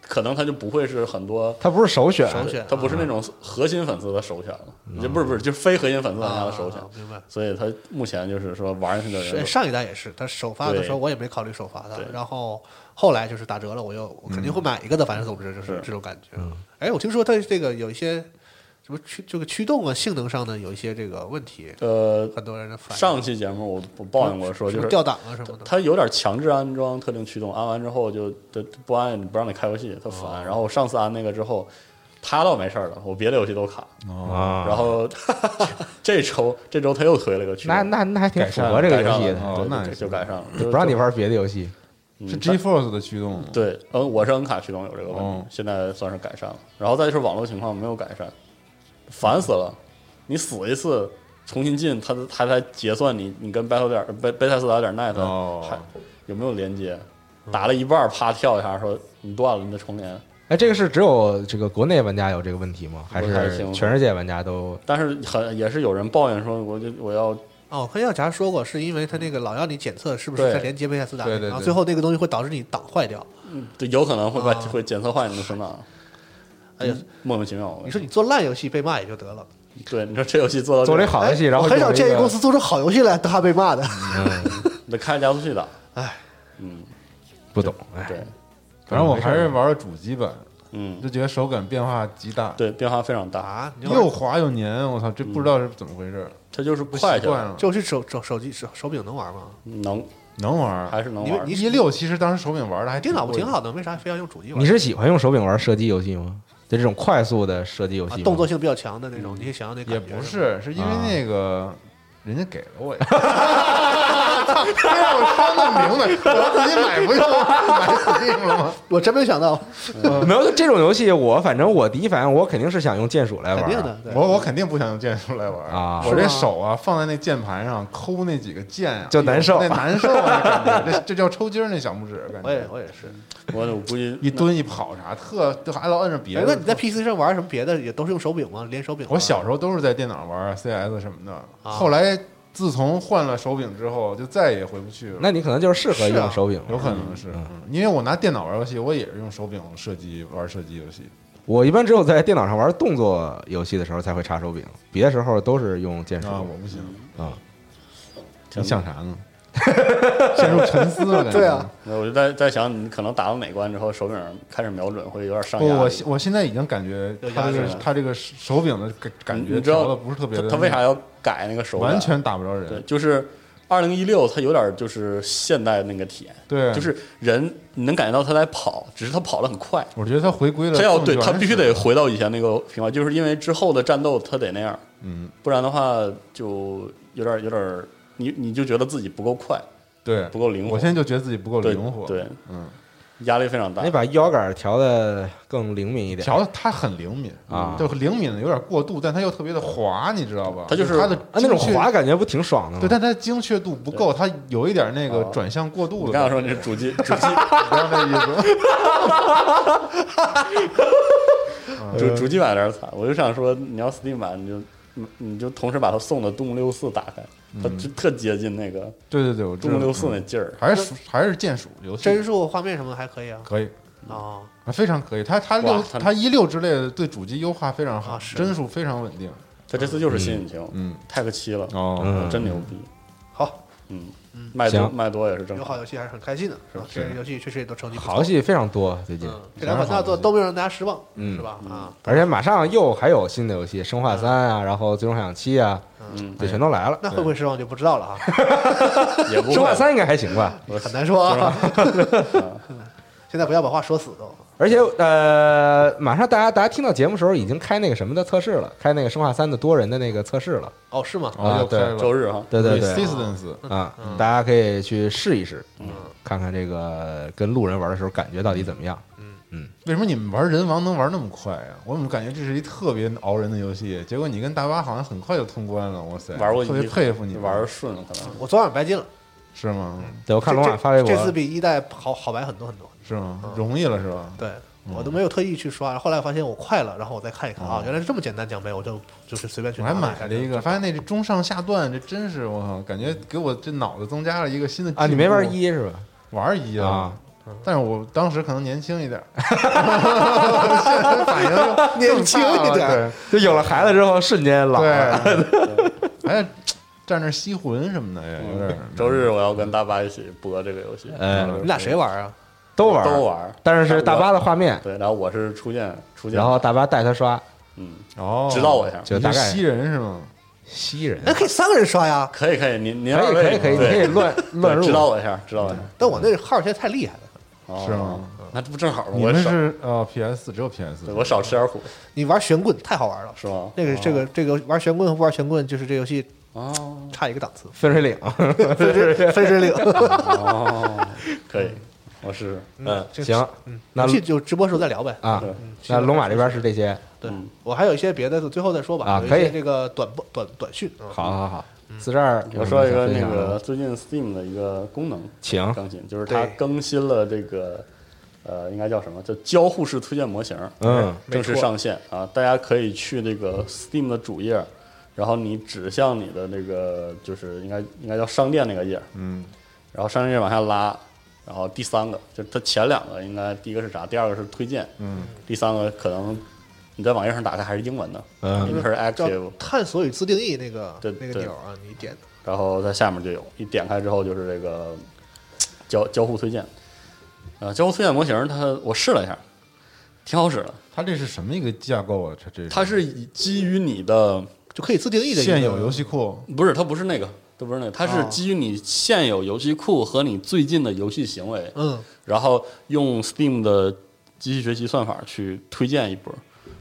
S5: 可能它就不会是很多，
S1: 他不是首选，啊
S6: 首选啊嗯
S5: 它不是那种核心粉丝的首选了，就不是不是就是非核心粉丝玩家的首选
S6: 啊，明白。
S5: 所以它目前就是说玩上去的
S6: 是哎
S5: 人
S6: 上一代也是，他首发的时候
S5: 对
S6: 我也没考虑首发的
S5: 对，嗯
S6: 然后后来就是打折了，我又我肯定会买一个的，反正总之就是
S5: 是
S6: 这种感觉。
S5: 嗯
S6: 哎，我听说它这个有一些什么驱这个驱动啊、性能上的有一些这个问题，
S5: 呃
S6: 很多人的反应
S5: 上期节目我我抱怨过说
S6: 什
S5: 就
S6: 么
S5: 是
S6: 掉档啊什么的。
S5: 它有点强制安装特定驱动，安完之后就它不安不让你开游戏，特烦。
S6: 哦
S5: 然后我上次安那个之后，它倒没事儿了，我别的游戏都卡。
S1: 啊
S5: 然后 这周这周他又推了个驱动，
S1: 那那那还挺符合这个游戏的，
S5: 改上了对
S4: 哦那
S5: 就
S4: 还
S5: 就
S4: 行
S5: 改上了，
S1: 不让你
S5: 玩。
S1: 玩别的游戏。
S5: 嗯
S4: 是
S5: 但
S4: GeForce 的驱动吗，啊
S5: 对，嗯，我是 N 卡驱动有这个问题
S4: 哦，
S5: 现在算是改善了。然后再就是网络情况没有改善，烦死了！你死一次重新进，它它才结算你你跟 Battle 点 b 贝 t 斯达点 Net
S4: 哦
S5: 还有没有连接？打了一半儿，啪跳一下，说你断了，你得重连。
S1: 哎，这个是只有这个国内玩家有这个问题吗？还
S5: 不太
S1: 是
S5: 行
S1: 全世界玩家都？
S5: 但是很也是有人抱怨说，我就我要
S6: 哦，我跟药夹说过，是因为它那个老让你检测是不是
S5: 对
S6: 在连接贝塞斯达，
S4: 对对对
S6: 然后最后那个东西会导致你档坏掉。
S5: 对有可能会把
S6: 啊
S5: 会检测坏你的声呐。
S6: 哎呀，
S5: 莫名其妙。我
S6: 你说你做烂游戏被骂也就得了，
S5: 对，你说这游戏做到
S1: 做了
S5: 这
S1: 一好游戏，
S6: 哎
S1: 然后
S6: 我很少
S1: 用这
S6: 建议
S1: 个
S6: 公司做出好游戏来，都还被骂的。
S5: 你得开着加速器打。
S6: 哎，
S5: 嗯，
S1: 不懂。哎，
S5: 对，
S4: 反正我
S1: 没事儿
S4: 还是玩了主机版，
S5: 嗯，
S4: 就觉得手感变化极大，
S5: 对，变化非常大，
S6: 啊， 你
S4: 又滑又粘，我操，这不知道是怎么回事儿，
S5: 它就是
S4: 不
S5: 嗯快
S4: 习
S5: 起
S4: 惯
S5: 来，
S4: 了，
S6: 就是手手手机手手柄能玩吗？
S5: 能
S4: 能玩儿。
S5: 还是能
S6: 你
S5: 玩儿。
S6: 你
S4: 一六其实当时手柄玩的还
S6: 电脑不
S4: 过瘾
S6: 挺好的，为啥非要用主机玩？
S1: 你是喜欢用手柄玩射击游戏吗？就这种快速的射击游
S6: 啊
S1: 戏吗，
S6: 动作性比较强的那种，你想想那
S4: 也
S6: 感觉
S4: 不是，是因为
S1: 啊
S4: 那个人家给了我一个，操，这让我说那明白，我要自己买不就买 Steam 了吗？
S6: 我真没想到，
S1: 没有这种游戏，我反正我第一反应我肯定是想用键鼠来玩
S6: 肯
S1: 啊，
S6: 定的。 对
S4: 我我肯定不想用键鼠来玩
S1: 啊
S4: 我这手啊放在那键盘上抠那几个键啊，
S1: 就难受
S4: 那难受 啊，那感觉这这叫抽筋儿，那小拇指感
S6: 我也
S4: 觉，
S6: 我也是。
S5: 我我估计
S4: 一蹲一跑啥，特就还老摁着别
S6: 哎
S4: 的。
S6: 那你在 PC 上玩什么别的也都是用手柄吗？连手柄吗？
S4: 我小时候都是在电脑玩 CS 什么的，
S6: 啊
S4: 后来自从换了手柄之后，就再也回不去了。
S1: 那你可能就是适合
S6: 是啊
S1: 用手柄了。
S4: 有可能是，嗯因为我拿电脑玩游戏，我也是用手柄射击玩射击游戏。
S1: 我一般只有在电脑上玩动作游戏的时候才会插手柄，别的时候都是用键鼠。
S5: 嗯
S4: 啊，我不行。
S1: 啊，
S4: 你想啥 呢？陷入沉思了。感觉
S6: 对啊，
S5: 那我就在在想，你可能打到哪关之后，手柄开始瞄准会有点上
S4: 不，
S5: 压力。
S4: 我现我现在已经感觉
S6: 有压
S4: 它
S6: 力
S4: 这个
S6: 了
S4: 它这个手柄的感感
S5: 你
S4: 觉
S5: 知道
S4: 调的不是特别
S5: 他
S4: 的，
S5: 他为啥要改那个手感？啊
S4: 完全打不着
S5: 对，
S4: 人？
S5: 就是二零一六，它有点就是现代那个体验，
S4: 对，
S5: 就是人你能感觉到他在跑，只是他跑得很快，
S4: 我觉得它回归 了
S5: 他
S4: 更原
S5: 要
S4: 始，
S5: 对他必须得回到以前那个平滑，就是因为之后的战斗他得那样，
S4: 嗯，
S5: 不然的话就有点有点你你就觉得自己不够快，
S4: 对
S5: 不够灵活
S4: 我现在就觉得自己不够
S5: 对
S4: 灵活，
S5: 对，
S4: 嗯，
S5: 压力非常大
S1: 你。把腰杆调的更灵敏一点。
S4: 调的它很灵敏
S1: 啊
S4: 就灵敏的有点过度，但它又特别的滑，你知道吧？
S5: 它就是
S4: 它的
S1: 啊，那种
S4: 精确
S1: 滑，感觉不挺爽的吗？
S4: 对，但它的精确度不够，它有一点那个
S5: 啊
S4: 转向过度
S5: 你
S4: 了。
S5: 刚才说你是 主机主机
S4: 不要那意思，嗯
S5: 主主机版有点惨，我就想说，你要 Steam 版，你就你你就同时把它送的《动物六四》打开，
S4: 嗯
S5: 它就特接近那个
S4: 对对对，我
S5: 《
S4: 知
S5: 动
S4: 道
S5: 物六四》那劲儿。
S4: 还是还是键鼠游戏，
S6: 帧数、画面什么的还可以啊。
S4: 可以，
S6: 哦，
S4: 啊非常可以。它它
S5: 哇
S4: 六
S5: 它
S4: 它一六之类的对主机优化非常好，
S6: 啊是
S4: 帧数非常稳定。
S5: 它这次又是新引擎
S4: 嗯，
S5: ，Tech 七了，
S4: 哦，
S1: 嗯，
S5: 真牛逼。
S6: 好，
S5: 嗯，卖多
S1: 行
S5: 卖多也是正
S6: 有好
S5: 常。
S6: 游戏还是很开心的。啊
S4: 是
S6: 这个游戏确实也都成绩不
S1: 好
S6: 错
S1: 游，戏非常多最近，
S6: 嗯，这两款大作都没有让大家失望，
S1: 嗯
S6: 是吧？啊，
S1: 而且马上又还有新的游戏，《生化三》啊，然后《最终幻想七》啊，
S5: 嗯，
S1: 就全都来了。
S6: 那会不会失望就不知道了哈，
S5: 也不
S1: 生化
S5: 会
S1: 三应该还行吧？
S5: 我
S6: 很难说啊。
S5: 啊
S6: 现在不要把话说死都。
S1: 而且呃，马上大家大家听到节目时候已经开那个什么的测试了，开那个生化三的多人的那个测试了。
S6: 哦，是吗？
S4: 然后又
S1: 啊对
S4: 开了
S5: 周日哈，
S1: 对对对，
S4: Resistance
S1: 啊，大家可以去试一试，看看这个跟路人玩的时候感觉到底怎么样。
S4: 为什么你们玩人王能玩那么快呀、我怎么感觉这是一特别熬人的游戏？结果你跟大巴好像很快就通关了，哇塞！
S5: 玩过一
S4: 特别佩服你们，
S5: 玩儿嗯顺了可能。
S6: 我昨晚白金了，
S4: 是吗？
S1: 对，我看
S6: 这
S1: 龙马发微博
S6: 这，这次比一代好好白很多很多。
S4: 是吗？
S5: 嗯
S4: 容易了是吧？
S6: 对我都没有特意去刷，后来我发现我快了，然后我再看一看啊，原来是这么简单奖杯，我就就是随便去
S4: 嗯我
S6: 拿
S4: 还
S6: 了
S4: 买了一个，发现那这中上下段这真是我靠，感觉给我这脑子增加了一个新的
S1: 啊，你
S4: 进
S1: 没
S4: 步
S1: 玩一是吧？
S4: 玩一
S1: 啊，
S4: 但是我当时可能年轻 一点儿，现在反应就更
S6: 年轻一点儿
S1: 就有了孩子之后瞬间
S4: 大
S1: 老了。
S4: 了，对 对，哎，站那儿吸魂什么的，哎
S1: 嗯
S4: 有点儿
S5: 周日我要跟大巴一起播这个游戏，
S1: 哎
S6: 你俩谁玩啊？
S1: 都玩
S5: 都玩儿，
S1: 但是是大巴的画面，
S5: 对，然后我是初见初见，
S1: 然后大巴带他刷，
S5: 嗯，
S4: 哦，
S5: 指导我一下。
S1: 就
S4: 你
S1: 大
S4: 是
S1: 概
S4: 吸人是吗？
S1: 吸人，
S6: 那哎可以三个人刷呀，
S5: 可以可以，您您
S1: 可
S5: 二
S1: 以
S5: 位
S1: 可以可以，你
S5: 对
S1: 可以乱乱
S5: 对
S1: 入
S5: 指。导我一下，指导我一下。
S4: 嗯
S6: 但我那号现在太厉害了。
S5: 哦
S4: 是吗？
S1: 嗯，
S5: 那这不正好吗？
S4: 你
S5: 我
S4: 们
S5: 少，
S4: 是呃 PS 只有 PS，
S5: 对我少吃点苦，
S6: 你玩玄棍太好玩了，
S5: 是吗？
S6: 那
S4: 哦
S6: 个这个这个玩玄棍和不玩玄棍，就是这游戏
S5: 哦
S6: 差一个档 次
S1: 分水岭，
S6: 分水分水岭。
S5: 哦，可以，我试试。嗯，
S6: 这个
S1: 行，那
S6: 游戏就直播时候再聊呗。
S1: 啊
S5: 对，
S1: 那龙马这边是这些，
S6: 对
S5: 嗯
S6: 我还有一些别的，最后再说吧。
S1: 啊
S6: 有一
S1: 可以
S6: 些这个短播短短讯。嗯，
S1: 好好好，四十二，
S5: 我说一个
S1: 分
S5: 那
S1: 享
S5: 个最近 Steam 的一个功能
S1: 请
S5: 更新，就是它
S6: 对
S5: 更新了这个呃，应该叫什么？叫交互式推荐模型。
S1: 嗯，
S5: 正式上线啊！大家可以去那个 Steam 的主页，然后你指向你的那个就是应该应该叫商店那个页，
S4: 嗯，
S5: 然后商店页往下拉，然后第三个就它前两个应该第一个是啥，第二个是推荐，
S4: 嗯，
S5: 第三个可能你在网页上打开还是英文的，
S1: 嗯
S5: 因为它是
S6: 叫
S5: Active，
S6: 探索与自定义那个
S5: 对
S6: 那个
S5: 对
S6: 钮啊，你点的
S5: 然后在下面就有，一点开之后就是这个交交互推荐，啊，交互推荐模型它我试了一下，挺好使的，
S4: 它这是什么一个架构啊？它这
S5: 它是以基于你的。
S6: 就可以自定义的一个
S4: 现有游戏库
S5: 不是，它不是那个，它不是那个，它是
S6: 哦
S5: 基于你现有游戏库和你最近的游戏行为，
S6: 嗯，
S5: 然后用 Steam 的机器学习算法去推荐一波，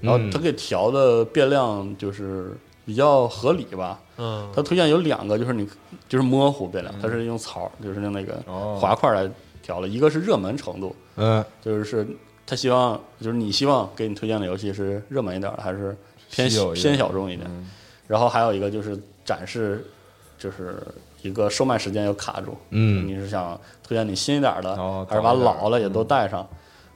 S5: 然后它
S1: 嗯
S5: 给调的变量就是比较合理吧。
S7: 嗯，
S5: 它推荐有两个，就是你就是模糊变量，它是用槽，就是用那个
S4: 哦
S5: 滑块来调的。一个是热门程度，
S1: 呃，
S5: 就是是他希望就是你希望给你推荐的游戏是热门一点儿，还是偏
S4: 稀有一点
S5: 偏小众一点？
S4: 嗯
S5: 然后还有一个就是展示，就是一个售卖时间有卡住，
S1: 嗯
S5: 你是想推荐你新一点儿的，
S4: 哦
S5: 还是把
S4: 早一点儿
S5: 老了也都带上？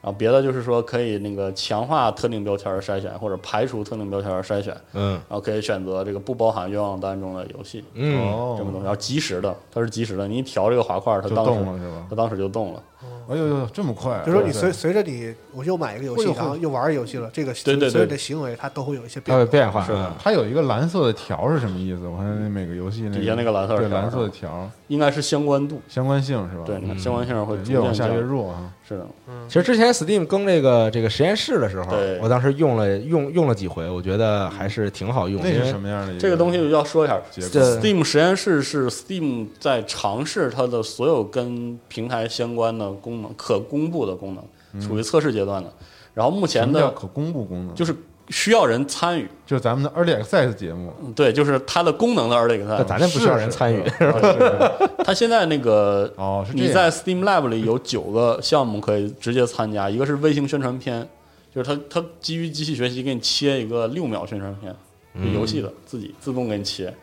S5: 然后别的就是说可以那个强化特定标签儿筛选，或者排除特定标签儿筛选，
S1: 嗯
S5: 然后可以选择这个不包含愿望单中的游戏，
S1: 嗯，
S5: 这么东西，
S4: 哦，
S5: 然后及时的，它是及时的，你一调这个滑块儿，它
S4: 就
S5: 当
S4: 动了
S5: 时
S4: 是吧？
S5: 它当时就动了。
S4: 哎呦呦，这么快啊！
S6: 比如说你
S4: 哇塞
S6: 随随着你，我又买一个游
S4: 会，
S6: 戏
S4: 有
S6: 然后又玩儿游戏了，这个随
S5: 对对
S6: 随
S5: 对
S6: 着你的行为，它都会有一些
S1: 它
S6: 变
S1: 会
S6: 化。
S1: 变化，
S5: 是的
S4: 它有一个蓝色的条是什么意思？我看每个游戏
S5: 底下那个蓝色的
S4: 对
S5: 条
S4: 蓝色的条
S5: 应该是相关度，
S4: 相关性是吧？
S5: 对，你看
S1: 嗯
S5: 相关性会
S4: 对
S5: 逐
S4: 越
S5: 渐
S4: 往下
S5: 降
S4: 越弱啊。
S5: 是的，
S1: 其实之前 Steam 更这个这个实验室的时候
S5: 对，
S1: 我当时用了用用了几回，我觉得还是挺好用。
S4: 那
S1: 因
S4: 是
S1: 为
S4: 什么样的一个？
S5: 这个东西要说一下
S4: 结
S1: 这
S4: 构
S5: ，Steam 实验室是 Steam 在尝试它的所有跟平台相关的功能，可公布的功能，处于测试阶段的。然后目
S4: 嗯什
S5: 前
S4: 么叫
S5: 的
S4: 可公布功能？
S5: 就是需要人参与，
S4: 就是咱们的 Early Access 节目，
S5: 嗯对，就是它的功能的 early
S1: 那
S5: access。
S1: 咱这不需要人参与，
S4: 是吧是
S5: 它现在那个
S4: 哦是这样
S5: 你在 Steam Lab 里有九个项目可以直接参加，一个是微型宣传片，就是它它基于机器学习给你切一个六秒宣传片，就游
S4: 嗯
S5: 戏的自己自动给你切。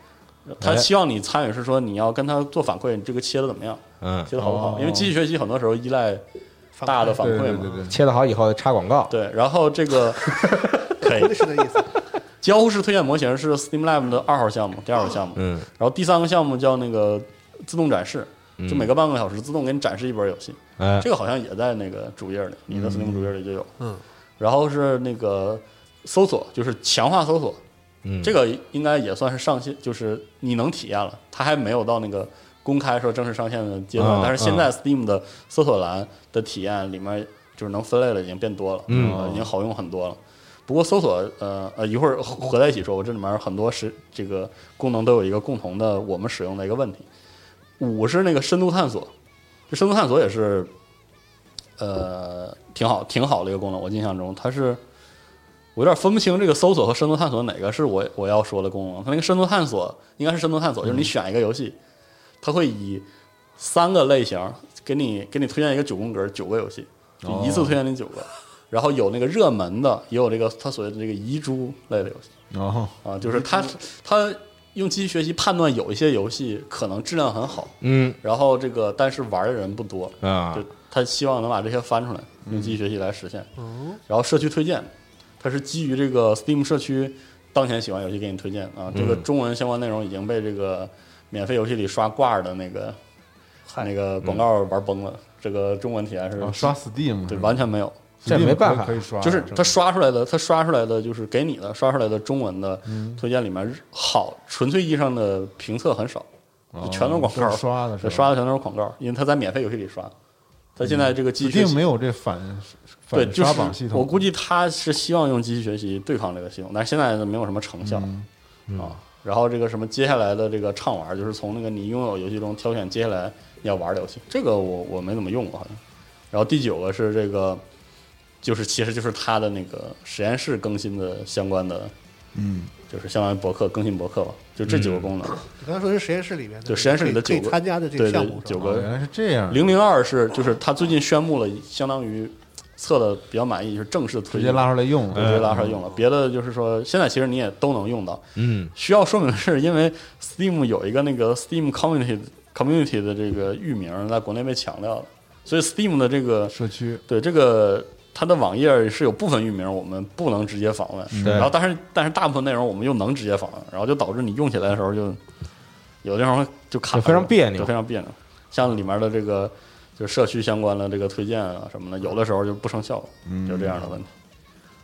S5: 它
S1: 哎
S5: 希望你参与是说你要跟它做反馈，你这个切的怎么样，
S1: 嗯，
S5: 切的好不好？
S4: 哦
S5: 因为机器学习很多时候依赖
S6: 反
S5: 大的
S4: 对
S5: 反
S4: 对
S5: 馈
S4: 对
S5: 嘛。
S4: 对对，
S1: 切的好以后插广告，
S5: 对，然后这 个可
S6: 那
S5: 以
S6: 是这意思。
S5: 交互式推荐模型是 Steam Lab 的二号项目，第二个项目。
S1: 嗯
S5: 然后第三个项目叫那个自动展示，
S1: 嗯
S5: 就每隔半个小时自动给你展示一本游戏。
S1: 哎
S5: 这个好像也在那个主页里，你的 Steam 主页里就有。
S7: 嗯，
S5: 然后是那个搜索，就是强化搜索，
S1: 嗯，
S5: 这个应该也算是上线，就是你能体验了，它还没有到那个公开说正式上线的阶段
S1: 嗯，
S5: 但是现在 Steam 的搜索栏的体验里面就是能分类了，已经变多了，
S1: 嗯
S5: 呃已经好用很多了。不过搜索，呃呃，一会儿合合在一起说，我这里面很多是这个功能都有一个共同的我们使用的一个问题。五是那个深度探索，这深度探索也是，呃，挺好挺好的一个功能。我印象中它是，我有点分不清这个搜索和深度探索哪个是我我要说的功能。它那个深度探索应该是深度探索，就是你选一个游戏，它会以三个类型给你给你推荐一个九宫格，九个游戏，就一次推荐你九个。然后有那个热门的，也有这个它所谓的这个遗珠类的游戏
S4: 然后
S5: 啊，就是它它用机器学习判断有一些游戏可能质量很好，
S1: 嗯
S5: 然后这个但是玩的人不多，
S1: 啊
S5: 就，他希望能把这些翻出来，
S4: 嗯
S5: 用机器学习来实现。
S4: 哦
S5: 然后社区推荐，它是基于这个 Steam 社区当前喜欢游戏给你推荐啊，
S4: 嗯
S5: 这个中文相关内容已经被这个免费游戏里刷挂儿的那个那个广告玩崩了，这个中文体验是
S4: 啊嗯刷 Steam
S5: 对
S4: 是吧
S5: 完全没有。
S1: 这没办法
S4: Steam 可以可以刷，
S5: 就是
S4: 吧
S5: 他刷出来的，他刷出来的就是给你的刷出来的中文的
S4: 嗯
S5: 推荐里面好，纯粹意义上的评测很少，就全都是广告
S4: 哦是刷的是吧
S5: 刷的全都是广告，因为他在免费游戏里刷。他现在这个机器学
S4: ，Steam
S5: 习
S4: 没有这反
S5: 对，
S4: 反
S5: 就是
S4: 刷榜系统，
S5: 我估计他是希望用机器学习对抗这个系统，但是现在没有什么成效、
S4: 嗯
S5: 啊。然后这个什么接下来的这个畅玩，就是从那个你拥有游戏中挑选接下来你要玩的游戏，这个我我没怎么用过好像。然后第九个是这个，就是其实就是它的那个实验室更新的相关的，
S4: 嗯，
S5: 就是相当于博客更新博客吧，就这九个功能。
S6: 你刚才说是实验室里面的，
S5: 对实验室里的
S6: 可以
S5: 九个
S6: 参加的这
S5: 对
S6: 个项
S5: 对
S6: 目，，
S5: 九
S6: 是吧？
S5: 个
S4: 哦原来是这样，
S5: 零零二是就是他最近宣布了，相当于测的比较满意，就是正式
S4: 直
S5: 推
S4: 接
S5: 荐
S4: 拉出来用，嗯
S5: 直接拉出来用了。别的就是说，现在其实你也都能用到。
S1: 嗯
S5: 需要说明的是，因为 Steam 有一个那个 Steam Community Community 的这个域名在国内被抢掉了，所以 Steam 的这个
S4: 社区
S5: 对这个它的网页是有部分域名我们不能直接访问，
S1: 对
S5: 然后但是但是大部分内容我们又能直接访问，然后就导致你用起来的时候就有的地方就卡
S1: 就
S5: 了，
S1: 非常别扭
S5: 就非常别扭。像里面的这个就社区相关的这个推荐啊什么的，有的时候就不生效了，
S1: 嗯
S5: 就这样的问题。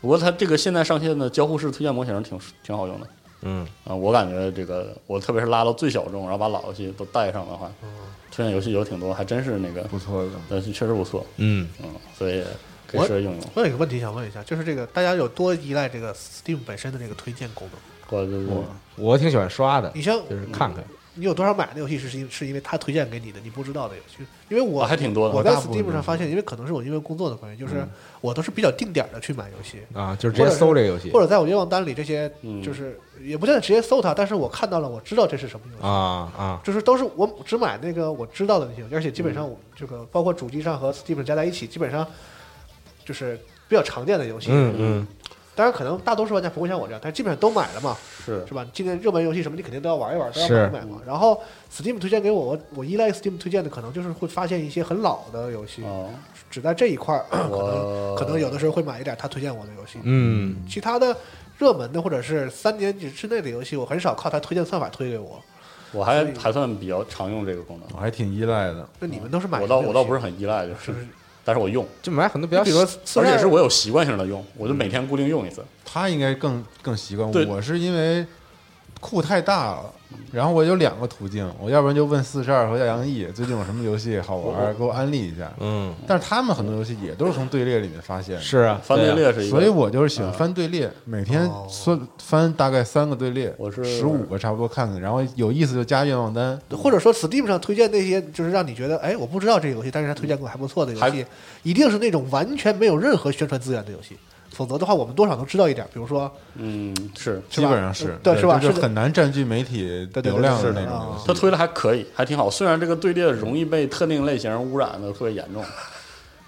S5: 不过它这个现在上线的交互式推荐模型挺挺好用的。
S1: 嗯
S5: 啊，我感觉这个，我特别是拉到最小众，然后把老游戏都带上的话，推荐游戏有挺多，还真是那个，
S4: 不错的，
S5: 但是确实不错，
S1: 嗯，
S5: 嗯，所以可以试着用用。
S6: 我有一个问题想问一下，就是这个大家有多依赖这个 Steam 本身的这个推荐功能？
S5: 或者就是
S1: 我挺喜欢刷的
S6: 你，像
S1: 就是看看，
S6: 你有多少买的游戏是是因是因为他推荐给你的，你不知道的游戏，因为我、
S5: 啊还挺多的
S6: 我在
S4: 大部分
S6: Steam 上发现，因为可能是我因为工作的关系，就是
S5: 嗯
S6: 我都是比较定点的去买游戏，
S1: 啊，就是直接搜这个游戏
S6: 或者在我愿望单里这些
S5: 嗯，
S6: 就是也不见得直接搜它，但是我看到了，我知道这是什么游戏。
S1: 啊啊
S6: 就是都是我只买那个我知道的那些游戏，而且基本
S1: 嗯
S6: 上我这个包括主机上和 Steam 上加在一起，基本上就是比较常见的游戏。
S1: 嗯嗯
S6: 当然，可能大多数玩家不会像我这样，但基本上都买了嘛，
S5: 是
S6: 是吧？今年热门游戏什么，你肯定都要玩一玩，都要
S1: 是
S6: 买一买嘛。然后 Steam 推荐给我，我我依赖 Steam 推荐的，可能就是会发现一些很老的游戏，
S1: 啊
S5: 哦，
S6: 只在这一块儿， 可能
S5: 我
S6: 可能有的时候会买一点他推荐我的游戏。
S1: 嗯
S6: 其他的热门的或者是三年之内的游戏，我很少靠他推荐算法推给我。
S5: 我还
S6: 所以
S5: 还算比较常用这个功能，
S4: 我还挺依赖的。
S6: 那你们都是买
S5: 我倒
S6: 什么游
S5: 我倒
S6: 戏
S5: 不是很依赖，就是
S6: 不是
S5: 是，但是我用，
S1: 就买很多比较
S6: 比如说四
S5: 而
S6: 十二，
S5: 且是我有习惯性的用，我就每天固定用一次。
S4: 他应该更更习惯
S5: 对。
S4: 我是因为库太大了，然后我有两个途径，我要不然就问四十二和亚阳毅最近有什么游戏好玩，给我安利一下。
S1: 嗯
S4: 但是他们很多游戏也都是从队列里面发现的，
S1: 是啊，
S5: 翻队
S1: 对啊
S5: 列是一个，
S4: 所以我就是喜
S6: 嗯
S4: 欢翻队列，每天
S6: 哦
S4: 翻翻大概三个队列，
S5: 我是
S4: 十五个差不多看看，然后有意思就加愿望单。
S6: 或者说 Steam 上推荐那些就是让你觉得哎我不知道这个游戏，但是他推荐过还不错的游戏
S5: 还，
S6: 一定是那种完全没有任何宣传资源的游戏，否则的话我们多少能知道一点，比如说
S5: 嗯是，
S4: 基本上是
S6: 嗯，对是吧
S4: 就是
S6: 是的
S4: 很难占据媒体
S6: 对对
S4: 流量
S6: 是
S4: 那
S6: 的
S4: 种游
S6: 啊
S4: 戏。
S5: 它推的还可以，还挺好。虽然这个队列容易被特定类型污染的特别严重，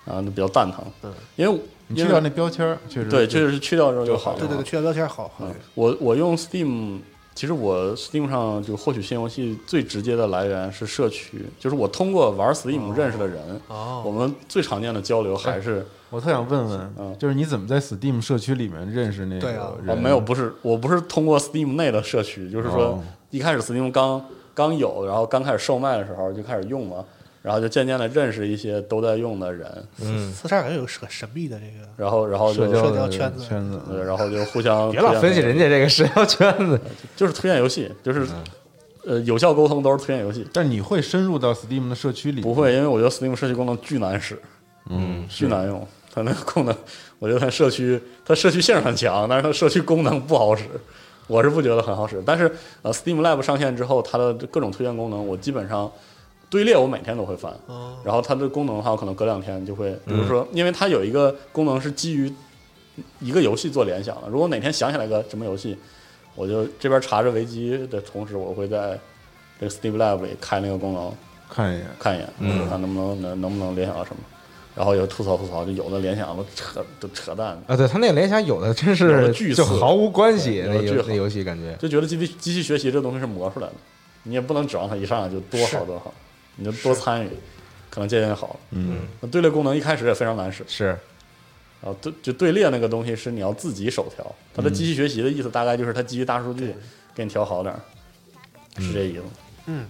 S5: 然后就比较蛋疼。
S6: 嗯，
S5: 因为因
S4: 你去
S5: 为
S4: 掉那标签儿，确实
S5: 对，
S4: 就
S5: 确实是去掉之后就好啊了。
S6: 对对对，去掉标签好，好
S5: 嗯，我我用 Steam，其实我 Steam 上就获取新游戏最直接的来源是社区，就是我通过玩 Steam 认识的人。我
S6: 哦，
S5: 们最常见的交流还是
S4: 我特想问问，
S5: 嗯
S4: 就是你怎么在 Steam 社区里面认识那个
S6: 对啊
S4: 哎人？
S5: 哦，没有，不是，我不是通过 Steam 内的社区，就是说
S4: 哦
S5: 一开始 Steam 刚刚有，然后刚开始售卖的时候就开始用嘛，然后就渐渐的认识一些都在用的人，
S1: 嗯，
S6: 四十二感觉有很神秘的这个，
S5: 然后然后就
S4: 社交
S6: 社交
S4: 的
S6: 圈子
S4: 圈子，
S5: 对然后就互相
S1: 别老
S5: 推荐
S1: 分析人家这个社交圈 子，
S5: 就是推荐游戏，就是呃有效沟通都是推荐游戏，
S4: 但你会深入到 Steam 的社区里？
S5: 不，会，因为我觉得 Steam 社区功能巨难使，
S4: 嗯，
S5: 巨难用，它那个功能，我觉得它社区它社区性很强，但是它社区功能不好使，我是不觉得很好使。但是呃，Steam Lab 上线之后，它的各种推荐功能，我基本上队列我每天都会翻，
S6: 哦
S5: 然后它的功能的话，我可能隔两天就会，比如说，因为它有一个功能是基于一个游戏做联想的，如果哪天想起来个什么游戏，我就这边查着维基的同时，我会在这个 Steam Lab 里开那个功能，
S4: 看一眼。
S5: 看一眼，嗯，看能不能能能不能联想到什么，然后有吐槽吐槽，就有的联想都扯都扯淡，
S1: 啊，对他那个联想有的真
S5: 有
S1: 是
S5: 的巨
S1: 就
S5: 次
S1: 毫无关系，
S5: 对
S1: 那
S5: 有的
S1: 游
S5: 巨
S1: 那
S5: 好
S1: 游戏感觉
S5: 就觉得机器机器学习这东西是磨出来的，你也不能指望它一上来就多好多好，你就多参与，可能渐渐好了。
S4: 嗯，
S5: 那队列功能一开始也非常难使，
S1: 是
S5: 然后队就队列那个东西是你要自己手调，它的机器学习的意思大概就是它基于大数
S4: 嗯
S5: 据给你调好点儿，是这意思。
S6: 嗯，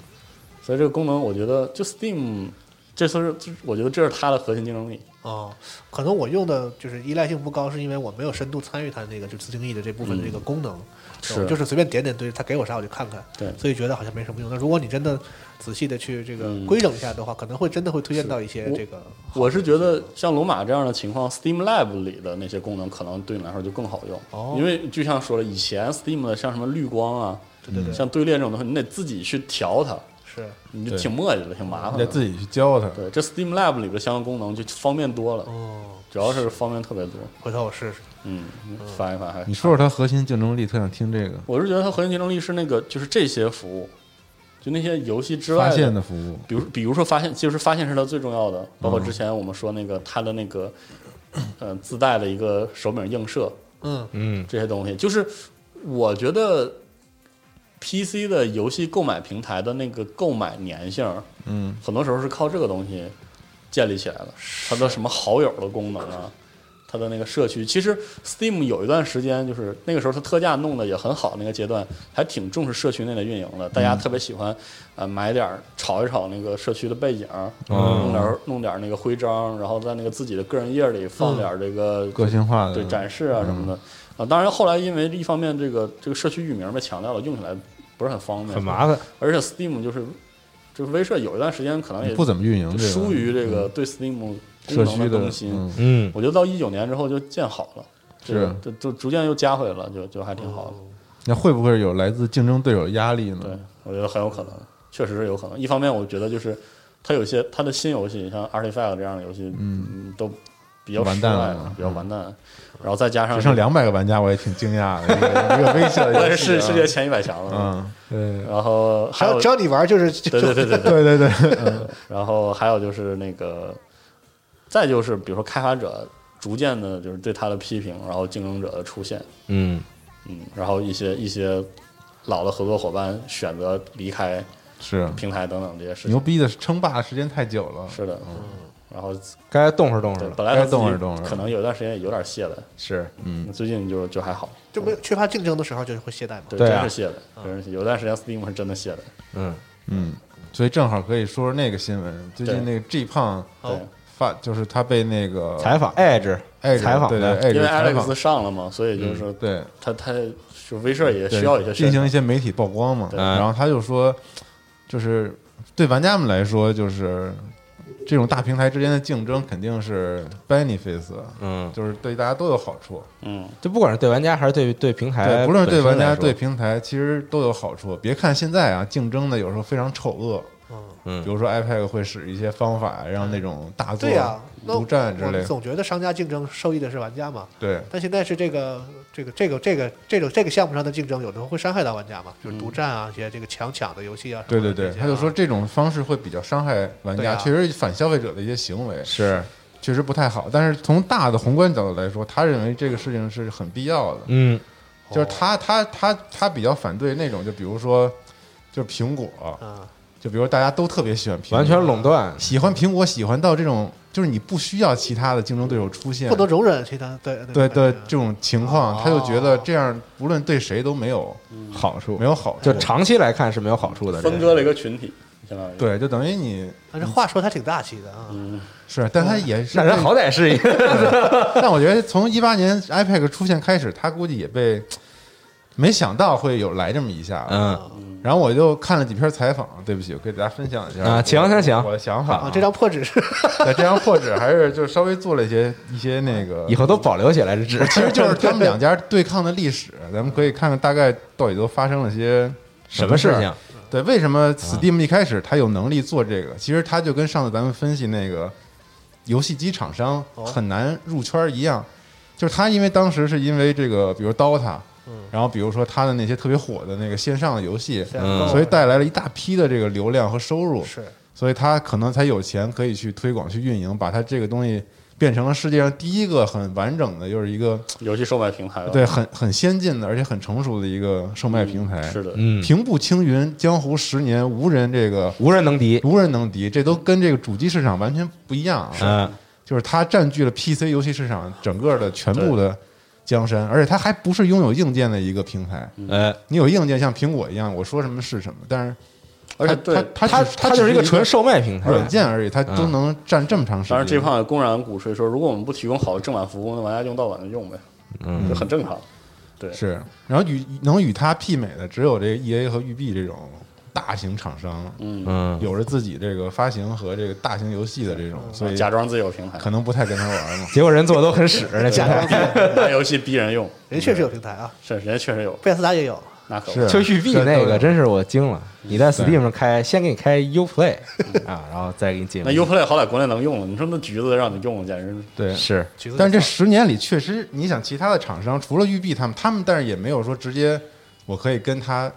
S5: 所以这个功能我觉得就 Steam。这次是，这是我觉得这是它的核心竞争力。
S6: 哦，可能我用的就是依赖性不高，是因为我没有深度参与它那个就自定义的这部分的这个功能，
S5: 是
S6: 我就是随便点点对，它给我啥我就看看，
S5: 对
S6: 所以觉得好像没什么用。那如果你真的仔细的去这个
S5: 嗯
S6: 规整一下的话，可能会真的会推荐
S5: 是
S6: 到一些
S5: 我
S6: 这个
S5: 我是觉得像龙马这样的情况，Steam Lab 里的那些功能可能对你来说就更好用，
S6: 哦
S5: 因为就像说了，以前 Steam 的像什么绿光啊，
S6: 对对对
S5: 像队列这种东西，你得自己去调它，
S6: 是
S5: 你就
S4: 对
S5: 挺磨叽的，挺麻
S4: 你
S5: 烦
S4: 得
S5: 的。
S4: 自己去教他。
S5: 对，这 Steam Lab 里的相关功能就方便多了，
S6: 哦，
S5: 主要是方便特别多。
S6: 回头我试试。
S5: 嗯，翻一翻还
S4: 你。说说它核心竞争力，特想听这个
S5: 我是觉得它核心竞争力是那个，就是这些服务，就那些游戏之外
S4: 发
S5: 的
S4: 现的服务。
S5: 比如比如说发现，就是发现是它最重要的，包括之前我们说那个它的那个，呃，自带的一个手柄映射
S6: 嗯，
S1: 嗯
S5: 这些东西，就是我觉得 PC 的游戏购买平台的那个购买粘性，
S4: 嗯，
S5: 很多时候是靠这个东西建立起来的。它的什么好友的功能啊，它的那个社区，其实 Steam 有一段时间就是那个时候它特价弄得也很好，那个阶段还挺重视社区内的运营的，大家特别喜欢呃买点儿炒一炒那个社区的背景，弄点儿弄点儿那个徽章，然后在那个自己的个人页里放点儿这个
S4: 个性化的
S5: 对展示啊什么的。啊，当然后来因为一方面这个这个社区域名被强调了，用起来不是很方便，
S1: 很麻烦，
S5: 而且 Steam 就是就是威社有一段时间可能也
S4: 不怎么运营，这个嗯
S5: 疏于这个对 Steam 功
S4: 社
S5: 能
S4: 区的
S5: 更新。
S4: 嗯
S1: 嗯
S5: 我觉得到一九年之后就建好了，这个
S4: 是哦
S5: 就就逐渐又加回来了，就就还挺好的。
S4: 那会不会有来自竞争对手的压力呢？
S5: 我觉得很有可能，确实是有可能。一方面，我觉得就是它有些它的新游戏，像 Artifact 这样的游戏，嗯，都比较
S4: 完蛋
S5: 失败
S4: 了
S5: 比较完蛋。然后再加上
S4: 只剩两百个玩家，我也挺惊讶的，一 个一个微小的
S5: 我也
S4: 游戏
S5: 是
S4: 啊
S5: 世界前一百强了。
S4: 嗯，对
S5: 然后
S6: 只
S5: 还有
S6: 要只要你玩就是
S5: 对对对对对，
S4: 对对对，
S5: 然后还有就是那个，再就是比如说开发者逐渐的就是对他的批评，然后竞争者的出现，
S1: 嗯，
S5: 嗯，然后一些一些老的合作伙伴选择离开
S4: 是啊
S5: 平台等等这些事
S4: 牛
S5: 情，
S4: 逼的是称霸的时间太久了，
S5: 是的，然后
S1: 该动会儿动会
S5: 对
S1: 儿，了。
S5: 本来他
S4: 该
S5: 自
S4: 动是动
S5: 己
S4: 是
S5: 可能有一段时间也有点懈了，
S4: 是，嗯，
S5: 最近就就还好，
S6: 就没有缺乏竞争的时候就会懈怠嘛。
S5: 对，
S1: 对啊
S5: 真是懈了，真是有一段时间 Steam 是真的懈了，
S1: 嗯，
S4: 嗯，所以正好可以说说那个新闻，最近那个 G 胖
S5: 对，
S4: 发，就是他被那个
S1: 采访 Edge，
S4: 哎
S1: 采访
S4: 对
S1: 的
S4: 对，
S5: 因为
S4: Edge 采访嗯
S5: Alex 上了嘛，所以就是说
S4: 对
S5: 他他就威慑也
S4: 对
S5: 需要一些
S4: 进
S5: 宣
S4: 行
S5: 传
S4: 一些媒体曝光嘛，
S5: 对
S4: 然后他就说，就是对玩家们来说，就是这种大平台之间的竞争肯定是 benefits，
S1: 嗯，
S4: 就是对大家都有好处，
S5: 嗯，
S1: 就不管是对玩家还是对对平台，
S4: 对，不论是对玩家、
S1: 本身来说
S4: 对，平台，其实都有好处。别看现在啊，竞争的有时候非常丑恶，比
S1: 嗯，
S4: 如说 iPad 会使一些方法让那种大作
S6: 对呀，那
S4: 啊独占之
S6: 我
S4: 类
S6: 们
S4: 的，
S6: 总觉得商家竞争受益的是玩家嘛，
S4: 对
S6: 但现在是这个这个这个这个这种这个项目上的竞争，有时候会伤害到玩家嘛，就是独占啊，一些这个强抢的游戏啊什
S4: 嗯对对
S6: 么的这些啊。
S4: 对，他就说这种方式会比较伤害玩
S6: 对
S4: 家，
S6: 啊
S4: 确实反消费者的一些行为
S1: 是，
S4: 确实不太好。但是从大的宏观角度来说，他认为这个事情是很必要的，
S1: 嗯
S6: 哦
S4: 就是他他他他比较反对那种，就比如说就是苹果，
S6: 啊，
S4: 就比如大家都特别喜欢苹果，
S1: 完全垄断，
S4: 喜欢苹果，喜欢到这种，就是你不需要其他的竞争对手出现，
S6: 不能容忍其他对
S4: 对对
S6: 对
S4: 这种情况，
S6: 哦
S4: 他就觉得这样无论对谁都没有
S1: 好处
S4: 没有好处，
S1: 就长期来看是没有好处的。
S5: 分割了一个群体，相当于，
S4: 对，就等于你
S6: 但是话说他挺大气的啊，
S5: 嗯，
S4: 是，但他也是
S1: 那人好，歹是一个，
S4: 但我觉得从一八年 iPad 出现开始，他估计也被没想到会有来这么一下。
S1: 嗯，
S4: 然后我就看了几篇采访，对不起，我给大家分享一下
S1: 啊请
S4: 我
S1: 请请
S4: 我的想
S6: 啊
S4: 法。
S6: 这张破纸是
S4: 对这张破纸还是就稍微做了一些一些那个
S1: 以后都保留起来这纸，
S4: 其实就是他们两家对抗的历史，咱们可以看看大概到底都发生了些
S1: 什么事
S4: 事
S1: 情？？
S4: 对，为什么 Steam 一开始它有能力做这个？其实它就跟上次咱们分析那个游戏机厂商很难入圈一样，就是它因为当时是因为这个，比如 DOTA，然后比如说它的那些特别火的那个线上的游戏，
S1: 嗯
S4: 所以带来了一大批的这个流量和收入，
S6: 是
S4: 所以它可能才有钱可以去推广、去运营，把它这个东西变成了世界上第一个很完整的，又是一个。
S5: 游戏售卖平
S1: 啊
S5: 台吧，
S4: 对，很很先进的，而且很成熟的一个售卖平台。
S5: 是的，
S1: 嗯，
S4: 平步青云，江湖十年，无人这个
S1: 无人能敌。
S4: 无人能敌，这都跟这个主机市场完全不一样啊！
S1: 嗯，
S4: 就是它占据了 PC 游戏市场整个的全部的江山，而且它还不是拥有硬件的一个平台。
S1: 呃，
S4: 你有硬件，像苹果一样，我说什么是什么，但是
S5: 而且对
S4: 它它
S1: 它
S4: 它只它只
S1: 就是是一个纯售卖平台，
S4: 软件而已，它都
S1: 嗯
S4: 能占这么长时间。
S5: 当然，这胖也公然鼓吹说，如果我们不提供好的正版服务，那玩家用盗版的用呗，嗯，这很正常。
S4: 是，然后与能与它媲美的只有这个 EA 和育碧这种大型厂商，
S1: 嗯，
S4: 有着自己这个发行和这个大型游戏的这种，
S6: 嗯
S4: 所以
S5: 假装自己有平台
S4: 可，能不太跟他玩嘛。
S1: 结果人做的都很屎，那
S5: 假
S1: 家
S5: 装
S1: 伙
S5: 逼人拿游戏逼人用，
S6: 人确实有平台啊，
S5: 是人家确实有，
S6: 贝斯达也有，
S5: 那可不
S4: 是
S1: 就育碧
S4: 这
S1: 那
S4: 都
S1: 个
S4: 有
S1: 真是我惊了。
S5: 嗯
S1: 你在 Steam 上开，先给你开 U Play 啊，然后再给你进
S5: 那 UPlay 好歹国内能用了，你说那橘子让你用，简直
S4: 对，
S1: 是
S6: 橘子
S4: 但这十年里确实，你想其他的厂商除了育碧他们，他们但是也没有说直接我可以跟他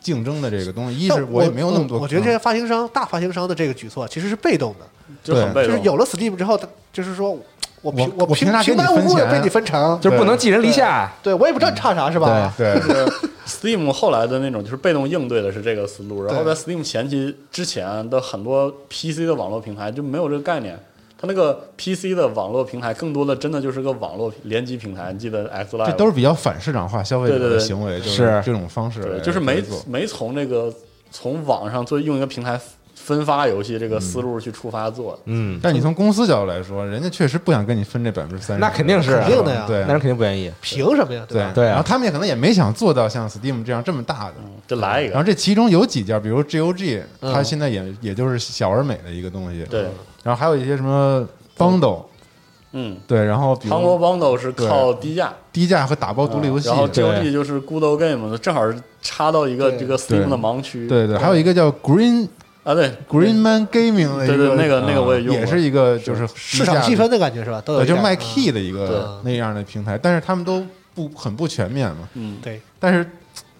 S4: 竞争的这个东西。一
S6: 但
S4: 是我也没有那么多，
S6: 我我觉得这些发行商大发行商的这个举措其实是被动的，
S5: 就很
S4: 对
S5: 被
S6: 就是
S5: 动。
S6: 有了 Steam 之后，他就是说我平
S4: 我我
S6: 平
S4: 凭啥
S6: 平
S4: 给你
S6: 白无
S4: 分
S6: 故的
S4: 钱
S6: 被你分成，
S1: 就是不能寄人篱下。
S6: 对我也不知道你差啥是吧？
S4: 对
S5: Steam 后来的那种就是被动应对的是这个思路，然后在 Steam 前期之前的很多 PC 的网络平台就没有这个概念，它那个 PC 的网络平台更多的真的就是个网络联机平台，你记得 X Live
S4: 这都是比较反市场化消费者
S5: 对
S4: 的
S5: 对对
S4: 行为，就是这种方式来
S5: 对，
S4: 来做，
S5: 就是没没从这个从网上做用一个平台分发游戏这个思路去出发做，
S1: 嗯，
S4: 但你从公司角度来说，人家确实不想跟你分这百分之三十，
S1: 那肯定是
S6: 肯定的呀
S4: 对
S1: 那人肯定不愿意。
S6: 凭什么呀？吧？
S1: 对啊
S4: 然后他们也可能也没想做到像 Steam 这样这么大的，
S5: 就嗯来一
S4: 然后
S5: 个，
S4: 这其中有几家，比如 GOG，它
S1: 嗯
S4: 现在也也就是小而美的一个东西。
S5: 对。
S4: 然后还有一些什么 Bundle，
S5: 嗯，
S4: 对，然后比
S5: 韩国
S4: 如
S5: Bundle 是
S4: 对
S5: 靠低价，
S4: 低价和打包独立游
S5: 嗯
S4: 戏
S5: 然，后
S4: 对
S5: GOG 就是 Good Old Game，正好是插到一个
S6: 对
S5: 这个 Steam 的盲区。
S4: 对对，还有一个叫 Green
S5: 啊，对
S4: Green Man Gaming 的一嗯
S5: 对对，那个那个我也用过，
S4: 也是一个就是
S6: 市场细
S4: 低价
S6: 分的感觉是吧？都有
S4: 对，
S6: 一点
S4: 就卖
S6: 嗯
S4: key 的一个
S6: 嗯
S4: 那样的平台，但是他们都不很不全面嘛。
S5: 嗯，
S6: 对，
S4: 但是，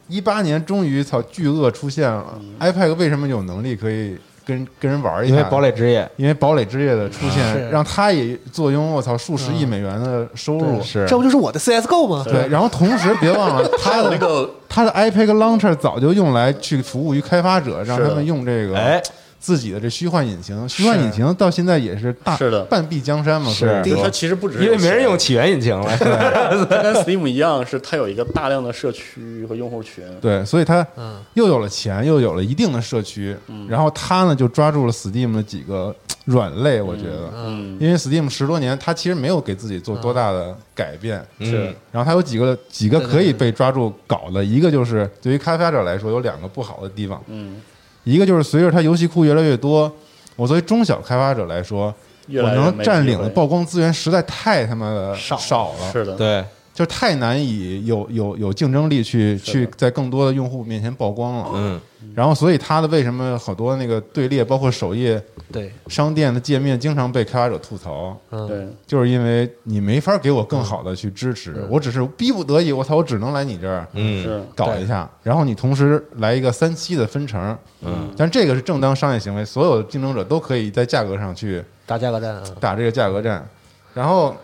S4: 一八年终于操巨鳄出现了、i
S5: 嗯
S4: p a d 为什么有能力可以跟跟人玩一
S1: 因
S4: 下？
S1: 为堡，垒之夜
S4: 因为堡垒之夜的出
S5: 啊
S4: 现，
S6: 是
S4: 让他也坐拥我操数十亿
S6: 嗯
S4: 美元的收入。
S1: 是
S6: 这不就是我的 CSGO 吗？
S4: 对，然后同时别 忘了他
S5: 还有
S4: 的
S5: 那个
S4: 他的 iPad Launcher 早就用来去服务于开发者，让
S5: 是的
S4: 他们用这个
S1: 哎
S4: 自己的这虚幻引擎，虚幻引擎到现在也是大
S5: 是的
S4: 半壁江山嘛，
S1: 是
S4: 可
S5: 就
S4: 以说
S5: 是它其实不只是
S1: 因为没人
S5: 有
S1: 用起源引擎了，
S5: 钱，它跟 Steam 一样，是它有一个大量的社区和用户群。
S4: 对，所以他
S6: 嗯
S4: 又有了钱，又有了一定的社区，
S5: 嗯
S4: 然后他呢就抓住了 Steam 的几个软肋，我觉得，
S5: 嗯，
S4: 因为 Steam 十多年，他其实没有给自己做多大的改变，
S1: 是
S4: 然后他有几个几个
S6: 对对
S4: 可以
S6: 对
S4: 被抓住搞的，一个就是对于开发者来说有两个不好的地方，
S5: 嗯，
S4: 一个就是随着它游戏库越来越多，我作为中小开发者来说，
S5: 越
S4: 我
S5: 来越
S4: 能
S5: 没
S4: 占
S5: 机
S4: 领的
S5: 会
S4: 曝光资源实在太他妈的
S6: 少
S4: 少了，
S5: 是的，
S1: 对，
S4: 就太难以有有有竞争力去
S5: 的
S4: 去在更多的用户面前曝光了。
S1: 嗯，
S4: 然后所以它的为什么好多那个队列，包括首页
S6: 对，
S4: 商店的界面，经常被开发者吐槽，
S6: 嗯，
S5: 对，
S4: 就是因为你没法给我更好的去支持，我只是逼不得已，我操，我只能来你这儿。
S1: 嗯，
S5: 是
S4: 搞一下，然后你同时来一个三七的分成，嗯，但这个是正当商业行为，所有的竞争者都可以在价格上去
S6: 打价格战啊，
S4: 打这个价格战。然后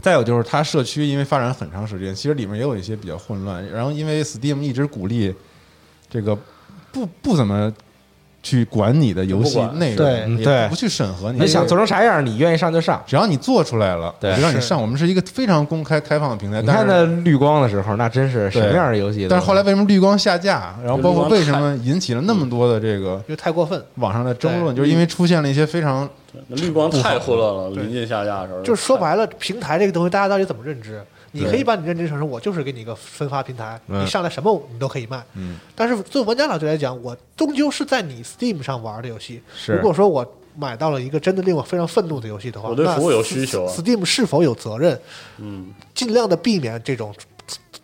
S4: 再有就是它社区因为发展很长时间，其实里面也有一些比较混乱。然后因为 Steam 一直鼓励这个不不怎么去管你的游戏
S5: 不管
S4: 内容，
S6: 对
S1: 嗯
S4: 也
S1: 对
S4: 不去审核
S1: 你
S4: 你的，
S1: 想做成啥样，你愿意上就上。
S4: 只要你做出来了，
S1: 对
S4: 我就让你
S6: 是
S4: 上。我们是一个非常公开开放的平台，
S1: 你
S4: 但
S1: 看
S4: 是
S1: 那绿光的时候，那真是什么
S4: 对
S1: 样的游戏都有？
S4: 但是后来为什么绿光下架，然后包括为什么引起了那么多的这个
S6: 因为太过分。
S4: 网上的争论，就是因为出现了一些非常
S5: 那绿光太混乱了，临近下架
S4: 呃
S5: 的时候，
S6: 就是说白了，平台这个东西大家到底怎么认知？你可以把你认知成是我就是给你一个分发平台，
S1: 嗯
S6: 你上来什么你都可以卖。
S4: 嗯，
S6: 但是作为玩家老师来讲，我终究是在你 Steam 上玩的游戏。
S1: 是
S6: 如果说我买到了一个真的令我非常愤怒的游戏的话，
S5: 我对
S6: 那
S5: 服务有需求啊
S6: S- Steam 是否有责任
S5: 嗯，
S6: 尽量的避免这种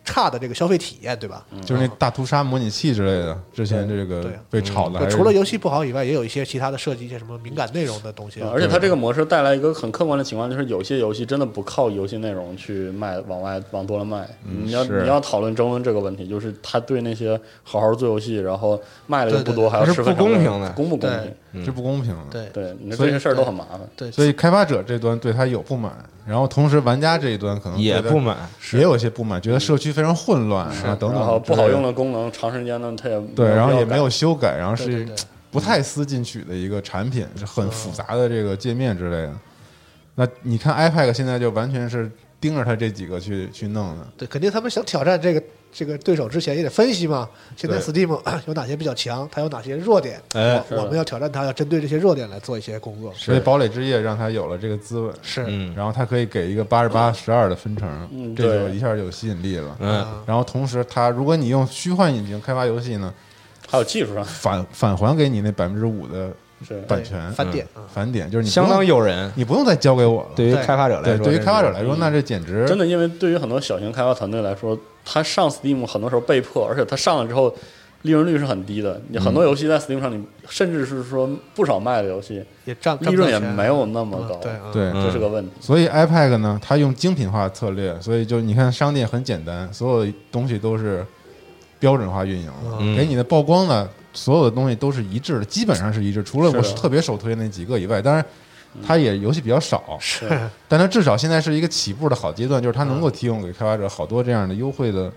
S6: 差的这个消费体验，对吧？
S4: 就是那大屠杀模拟器之类的，之前这
S6: 嗯对
S4: 个
S6: 对
S4: 被炒的
S6: 就
S4: 还是，
S6: 除了游戏不好以外，也有一些其他的设计，一些什么敏感内容的东西。
S5: 啊而且它这个模式带来一个很客观的情况，就是有些游戏真的不靠游戏内容去卖，往外往多了卖。你要
S4: 是
S5: 你要讨论争论这个问题，就是他对那些好好做游戏，然后卖了又不多，还要
S1: 它是
S5: 吃分
S1: 不公
S5: 成
S1: 平的
S5: 公不公平？
S1: 嗯
S4: 这不公平的。
S6: 对
S5: 对，你
S4: 所
S5: 这
S4: 以
S5: 些事儿都很麻烦。
S6: 对，
S4: 所以开发者这端对他有不满，然后同时玩家这一端可能
S1: 也
S4: 对它
S1: 不满，
S4: 也有一些不满，觉得社区非常混乱啊等
S5: 然后
S4: 等，
S5: 不好用。的功能，长时间呢它也
S4: 对，然后也
S5: 没
S4: 没
S5: 有
S4: 有
S5: 必
S4: 修改，然后
S6: 对
S4: 是
S6: 对对
S4: 不太思进取的一个产品，是很复杂的这个界面之类的。那你看 iPad 现在就完全是盯着它这几个去去弄的，
S6: 对，肯定他们想挑战这个这个对手之前也得分析嘛。现在 Steam 有哪些比要强，它有哪些弱点，
S1: 哎
S6: 我我们要挑战它，要针对这些弱点来做一些工作。
S4: 所以堡垒之夜让他有了这个滋味。
S6: 是，
S1: 嗯
S4: 然后他可以给一个八十八十二的分成
S5: 嗯，
S4: 这就
S5: 对
S4: 一下就有吸引力了。
S1: 嗯，
S4: 然后同时它，如果你用虚幻引擎开发游戏呢，
S5: 要改还有技术上
S4: 返返还给你那百分之五的
S5: 是
S4: 版权嗯
S6: 返点啊，
S4: 返点，就是你不用
S1: 相当诱人。
S4: 你不用再交给我了。
S1: 对于
S6: 对
S1: 开发者来
S4: 对，
S1: 说，
S4: 对于开发者
S1: 来，
S4: 来说，那这简直
S5: 真的，因为对于很多小型开发团队来说，它上 Steam 很多时候被迫，而且它上了之后，利润率是很低的。你很多游戏在 Steam 上，你甚至是说不少卖的游戏，
S6: 也赚
S5: 利润也没有那么高，
S6: 对，嗯，
S4: 对。
S1: 嗯
S5: 这是个问题。
S4: 所以 iPad 呢，它用精品化策略，所以就你看商店很简单，所有东西都是标准化运营了，
S1: 嗯
S4: 给你的曝光呢，所有的东西都是一致的，基本上是一致，除了我
S5: 是的
S4: 特别首推那几个以外，当然它也游戏比较少，
S5: 是
S4: 但它至少现在是一个起步的好阶段，就是它能够提供给开发者好多这样的优惠的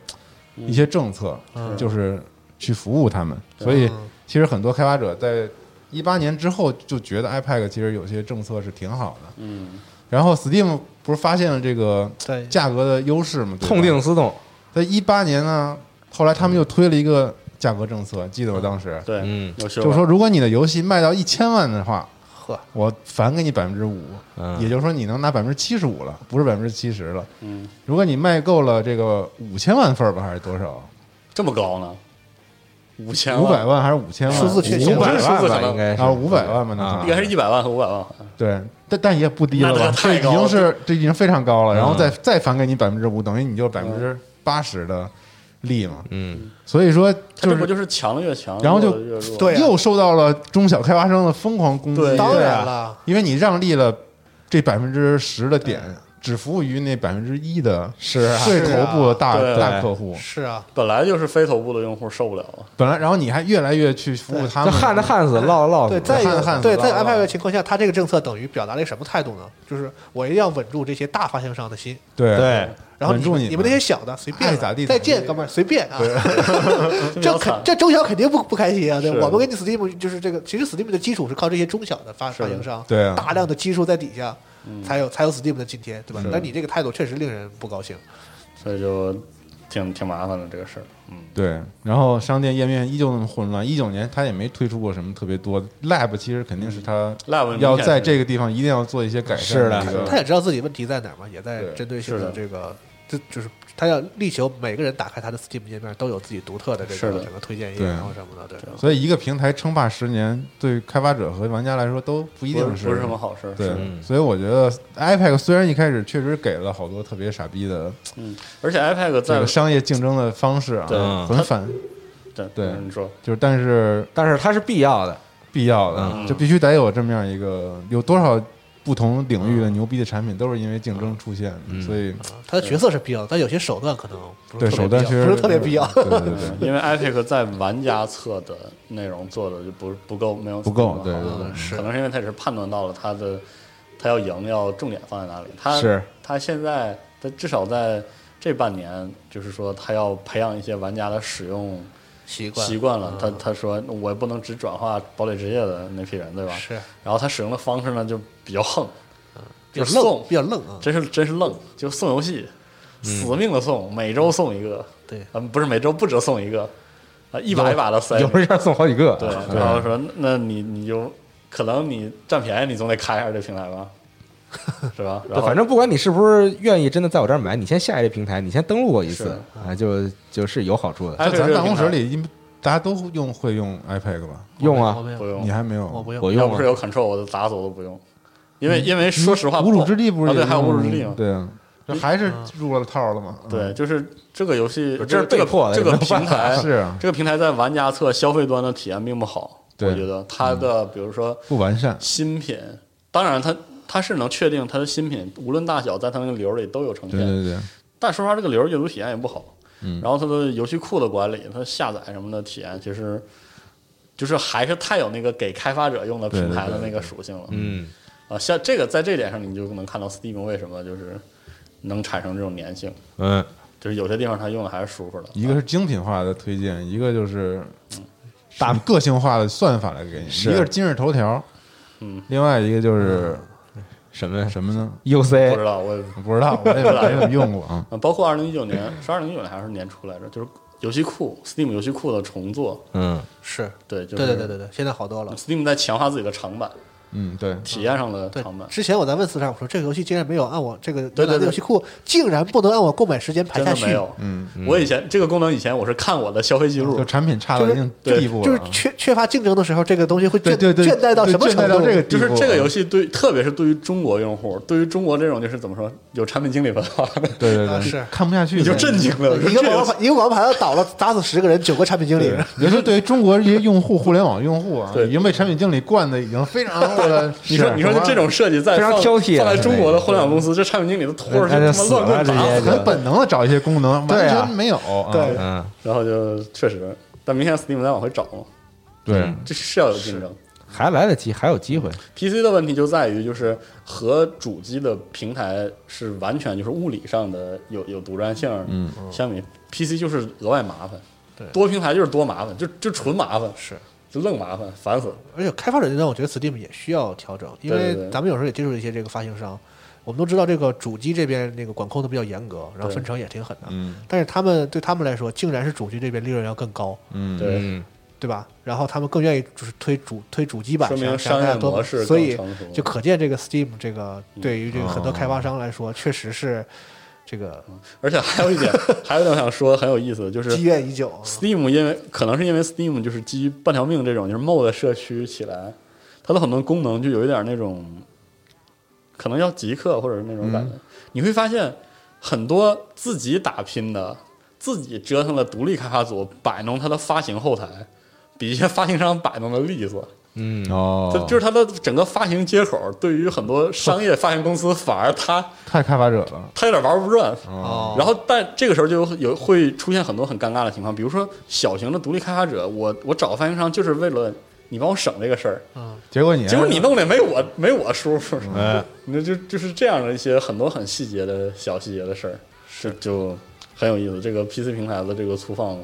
S4: 一些政策，
S6: 嗯
S4: 就是去服务他们。所以
S6: 嗯
S4: 其实很多开发者在一八年之后就觉得 iPad 其实有些政策是挺好的。
S5: 嗯，
S4: 然后 Steam 不是发现了这个
S6: 对，
S4: 价格的优势吗？对吧
S1: 痛定思痛，
S4: 在一八年呢，后来他们又推了一个价格政策，记得
S1: 啊
S4: 我当时
S5: 对，
S1: 嗯
S5: 有修
S4: 就
S5: 改
S4: 说，如果你的游戏卖到一千万的话，
S6: 呵，
S4: 我返给你百分之五，
S1: 嗯
S4: 也就是说你能拿百分之七十五了，不是百分之七十了。
S5: 嗯，
S4: 如果你卖够了这个五千万份儿吧，还是多少？
S5: 这么高呢？五千
S4: 五百万还是五千万？
S6: 数字确切
S1: 五百
S5: 数字
S1: 万
S5: 可
S1: 吧，
S5: 能
S1: 应该是
S4: 啊，五百万吧，
S1: 啊
S4: 那
S5: 应该是一百万和五百万，
S4: 对，但但也不低了
S5: 那
S4: 吧？这
S5: 太
S4: 已
S5: 高了
S4: 经是这已经非常高了，然后
S1: 嗯
S4: 再再返给你百分之五，等于你就百分之八十的利嘛。
S1: 嗯，
S4: 所以说
S5: 他
S4: 就
S5: 这不
S4: 是
S5: 就是强越强，
S4: 然后就
S5: 弱越弱
S6: 对啊
S4: 又受到了中小开发商的疯狂攻击。
S5: 对
S6: 当
S4: 对
S6: 然
S4: 啊，
S6: 了，
S4: 因为你让利了这百分之十的点，
S5: 嗯
S4: 只服务于那百分之一的
S1: 是啊
S4: 最头部的大
S5: 对
S4: 大客户。
S6: 是啊，
S5: 本来就是非头部的用户受不了了，
S4: 本来，然后你还越来越去服务他
S1: 这
S4: 们，
S1: 旱着旱死，涝着涝
S6: 对，
S1: 死，
S6: 在一
S4: 汉汉子
S6: 个对
S4: 吧
S6: 在 iPad 的情况下，它这个政策等于表达了一个什么态度呢？就是我一定要稳住这些大发行商的心，
S4: 对
S1: 对，
S6: 然后
S4: 稳住
S6: 你
S4: 你
S6: 们那些小的随便
S4: 爱
S6: 了
S4: 咋地
S6: 再
S4: 咋
S6: 见，
S4: 地
S6: 哥们儿，随便啊。
S5: 比较
S6: 这肯
S5: 惨。
S6: 这中小肯定不不开心啊！对，
S5: 是
S6: 我们跟你 Steam 就是这个，其实 Steam 的基础是靠这些中小的发
S5: 是
S6: 发
S5: 的
S6: 行商，
S4: 对啊
S6: 大量的基数在底下，
S5: 嗯
S6: 才有才有 Steam 的今天，对吧？但你这个态度确实令人不高兴。
S5: 所以就挺挺麻烦的这个事儿。嗯，
S4: 对，然后商店页面依旧那么混乱。一九年它也没推出过什么特别多的 Lab，其实肯定是它
S5: Lab
S4: 要在这个地方一定要做一些改善。
S1: 是的
S4: 一
S6: 他
S4: 个
S6: 也知道自己问题在哪儿嘛，也在
S4: 对
S6: 针对性
S5: 是
S6: 的
S5: 的
S6: 这个，这就是他要力求每个人打开他的 Steam 页面都有自己独特的这
S5: 是
S6: 个
S5: 的
S6: 整个推荐页，
S4: 对
S6: 然后什么的，对。
S4: 所以一个平台称霸十年，对开发者和玩家来说都不一
S5: 不是
S4: 定
S5: 不是什么好事儿。
S4: 对
S5: 是，
S1: 嗯
S4: 所以我觉得 iPad 虽然一开始确实给了好多特别傻逼的
S5: 嗯，而且 iPad
S4: 这
S5: 在
S4: 个商业竞争的方式啊，
S5: 对
S4: 很反，
S5: 对
S4: 对
S5: 嗯你说
S4: 就是但是
S1: 但是它是必要的，
S4: 必要的，
S1: 嗯
S4: 就必须得有这么样一个有多少不同领域的牛逼的产品都是因为竞争出现的，
S1: 嗯
S4: 所以
S6: 啊他的角色是必要的，但有些手段可能不是
S4: 对
S6: 特别
S4: 手段
S6: 必
S4: 确
S6: 要
S4: 实
S6: 不是特别必要。
S4: 对
S5: 嗯
S4: 对对对，
S5: 因为 Epic 在玩家侧的内容做的就不不够，没有
S4: 不够
S5: Steam
S4: 对
S5: 好
S4: 对对
S5: 嗯
S6: 是
S5: 可能是因为他只是判断到了他的他要赢要重点放在哪里。 他
S1: 是
S5: 他现在他至少在这半年，就是说他要培养一些玩家的使用
S6: 习惯嗯
S5: 习惯了。他他说我也不能只转化堡垒之夜的那批人，对吧？
S6: 是
S5: 然后他使用的方式呢就比较横，
S6: 比较
S5: 就
S6: 愣，
S5: 送
S6: 比较愣啊。
S5: 真是真是愣，就送游戏，死命的送，每周送一个，
S6: 对，
S5: 嗯，不是每周不止送一个，啊，一把一把的塞，
S1: 有时候送好几个，
S5: 对，
S6: 啊
S1: 嗯
S5: 然后说那你你就可能你占便宜，你总得开一下这平台 吧，是吧？然
S1: 对，
S5: 后
S1: 反正不管你是不是愿意真的在我这儿买，你先下一个平台，你先登录我一次
S5: 是
S1: 啊，就就是有好处的。
S5: 哎
S4: 在
S5: 这个
S4: 咱办公室
S5: 平台
S4: 里，因为大家都用会用 iPad 吧？
S1: 用
S6: 我
S1: 啊，
S6: 没有
S5: 不，
S4: 你
S5: 用，
S4: 还没有？
S6: 我不用，
S1: 我
S5: 要
S1: 用
S5: 哦不
S1: 啊
S5: 是，有 control，我都打死我都不用，因为因为说实话，
S4: 侮辱之地不
S5: 啊
S4: 是也
S5: 对，
S4: 用
S5: 还有侮辱之地嘛，
S4: 对啊，这还是入了套了嘛？嗯
S5: 对，，就是这个游戏，
S1: 这是被
S5: 个
S1: 迫的
S5: 这
S1: 也
S5: 个
S1: 没有办
S5: 平
S1: 法
S5: 台
S4: 是啊
S5: 这个平台在玩家侧消费端的体验并不好，我
S4: 对
S5: 觉得
S1: 嗯
S5: 它的比如说
S4: 不完善，
S5: 新品，当然它它是能确定它的新品无论大小，在它那个流里都有呈
S4: 对
S5: 现，
S4: 对对，
S5: 但说实话，这个流阅读体验也不好。
S4: 嗯
S5: 然后它的游戏库的管理，它下载什么的体验，其实就是还是太有那个给开发者用的平台的那个属性了。
S1: 嗯，
S5: 啊，像这个在这点上，你就能看到 Steam 为什么就是能产生这种粘性，
S1: 嗯，
S5: 就是有些地方它用的还是舒服的。
S4: 呃一个是精品化的推荐，一个就是大个性化的算法来给你，一
S1: 是
S4: 个是今日头条，
S5: 嗯，
S4: 另外一个就是
S1: 什么
S4: 什么呢？
S5: 啊不
S1: UC
S5: 知道我也
S4: 不知道，我也没怎么用过啊。
S5: 啊，包括二零一九年是二零一九年还是年初来着，就是游戏库 Steam 游戏库的重做，
S1: 嗯，
S6: 是
S5: 对，就是
S6: 对对对对对，现在好多了。
S5: Steam 在强化自己的长板，
S4: 嗯，对，
S5: 体验上的
S6: 对
S5: 长板，。
S6: 之前我在问四上，我说这个游戏竟然没有按我这个
S5: 对对
S6: 原来的
S5: 对
S6: 游戏库，竟然不能按我购买时间排
S5: 真
S6: 下
S5: 的
S6: 去，
S5: 没有，
S4: 嗯，
S5: 我以前这个功能以前我是看我的消费记录
S4: 就，产品差到一定地步
S6: 就
S4: 了
S6: 是
S4: 啊。
S6: 缺缺乏竞争的时候，这个东西会倦
S4: 对对对，
S6: 倦怠到
S4: 对
S6: 什么
S4: 倦
S6: 程
S4: 怠到
S6: 度？
S4: 这个
S5: 就
S4: 地步
S5: 是
S4: 啊
S5: 这个游戏对，特别是对于中国用户，对于中国这种就是怎么说有产品经理文化的，
S4: 对对对
S6: 啊是
S4: 看不下去，
S5: 你就震惊了。
S6: 一个广告牌，一个广告牌子倒了，砸死十个人，九个产品经理。
S4: 对，尤其对于中国这些用户，互联网用户 啊，
S5: 对。
S4: 已经被产品经理惯的已经非常 的
S5: 你说你说就这种设计在
S1: 非常
S5: 放
S1: 挑剔啊
S5: 放在中国的互联网公司，这产品经理都拖着去
S1: 哎哎
S5: 他妈乱棍
S1: 死了
S5: 打
S1: 这些
S5: 死，
S4: 很本能的找一些功能，
S1: 对
S4: 完
S1: 啊
S4: 全没有。啊
S6: 对
S1: 嗯，
S5: 然后就确实，但明显 Steam 在往回找嘛，
S4: 对，
S5: 这是要有竞争。
S1: 还来得及，还有机会，
S5: PC 的问题就在于，就是和主机的平台是完全就是物理上的有有独占性，嗯，相比 PC 就是额外麻烦，对，多平台就是多麻烦，就就纯麻烦，
S6: 是，
S5: 就愣麻烦，烦死了。
S6: 而且开发者这端，我觉得 Steam 也需要调整，因为
S5: 对对对
S6: 咱们有时候也接触一些这个发行商，我们都知道这个主机这边那个管控的比较严格，然后
S5: 对
S6: 分成也挺狠的，
S4: 嗯
S6: 但是他们对他们来说，竟然是主机这边利润要更高，
S4: 嗯，
S5: 对
S1: 嗯，
S6: 对吧？然后他们更愿意就是推主推主机版，
S5: 说明
S6: 想想
S5: 商业
S6: 大家多
S5: 模式更
S6: 所以
S5: 成熟嗯哦
S6: 就可见这个 Steam 这个对于这个很多开发商来说，确实是这个
S5: 而且还有一点，还有一点我想说很有意思，就是
S6: 积怨已久啊。
S5: Steam 因为可能是因为 Steam 就是基于半条命这种就是 MOD 社区起来，它的很多功能就有一点那种，可能要极客或者是那种感觉。你会发现很多自己打拼的、自己折腾的独立开发组摆弄它的发行后台，比一些发行商摆弄的利索。
S1: 嗯，
S4: 哦
S5: 它就是它的整个发行接口，对于很多商业发行公司，反而它
S4: 太开发者了，
S5: 它有点玩不转。
S6: 哦，
S5: 然后，但这个时候就有有会出现很多很尴尬的情况，比如说小型的独立开发者，我我找发行商就是为了你帮我省这个事儿，
S4: 结果你
S5: 结果你弄的也没我没我舒服，
S4: 哎
S5: 那就就是这样的一些很多很细节的小细节的事儿，是就很有意思。这个 PC 平台的这个粗放，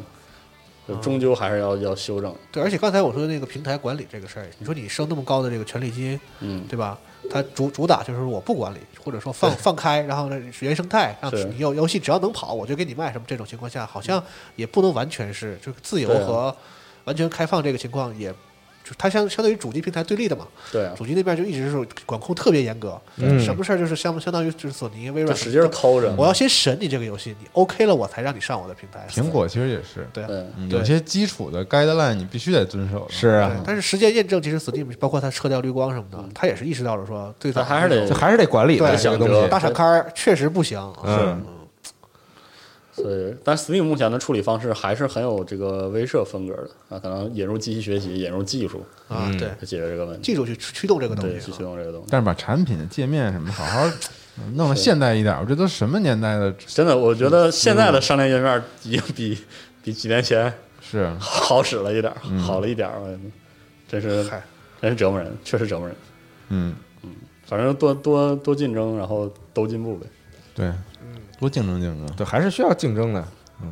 S5: 就终究还是要要修正。
S6: 对，而且刚才我说的那个平台管理这个事儿，你说你升那么高的这个权利金，
S5: 嗯，
S6: 对吧？它主主打就是我不管理，或者说放放开，然后呢原生态，让
S5: 是嗯
S6: 你有游戏只要能跑，我就给你卖什么。这种情况下，好像也不能完全是就是自由
S5: 对啊
S6: 和完全开放这个情况也。就它相相当于主机平台对立的嘛，
S5: 对啊，
S6: 主机那边就一直是管控特别严格，
S1: 嗯
S6: 什么事儿就是相相当于就是索尼、微
S5: 就
S6: 软，
S5: 使劲儿抠着。
S6: 我要先审你这个游戏，你 OK 了我才让你上我的平台。
S4: 苹果其实也是，
S6: 对啊
S5: 对，
S4: 嗯
S6: 对
S4: 有些基础的 guideline 你必须得遵守的。
S1: 是啊
S6: 对，但是时间验证，其实 Steam 包括它撤掉绿光什么的，它也是意识到了说，最早
S5: 它嗯还是得
S1: 这还是得管理的
S6: 对
S1: 这个东
S5: 想
S1: 西
S5: 着
S6: 大闪开儿确实不行，
S4: 嗯
S5: 所以，但 Steam 目前的处理方式还是很有这个威慑风格的啊，可能引入机器学习，引入技术
S4: 嗯
S6: 啊，对，
S5: 来解决这个问题。
S6: 技术去驱动这个东
S5: 对，去
S6: 西啊
S5: 驱，动这个东西。
S4: 但是把产品的界面什么 好好嗯弄得现代一点，我这都什么年代的？
S5: 真的，我觉
S6: 嗯
S5: 得现在的商店页面已经比比几年前
S4: 是
S5: 好使了一点儿，好了一点儿，我真是
S6: 嗯嗨
S5: 真是折磨人，确实折磨人。
S4: 嗯，
S5: 反正多多多竞争，然后都进步呗。
S4: 对，
S5: 嗯
S4: 多竞争竞争。啊
S1: 对，还是需要竞争的。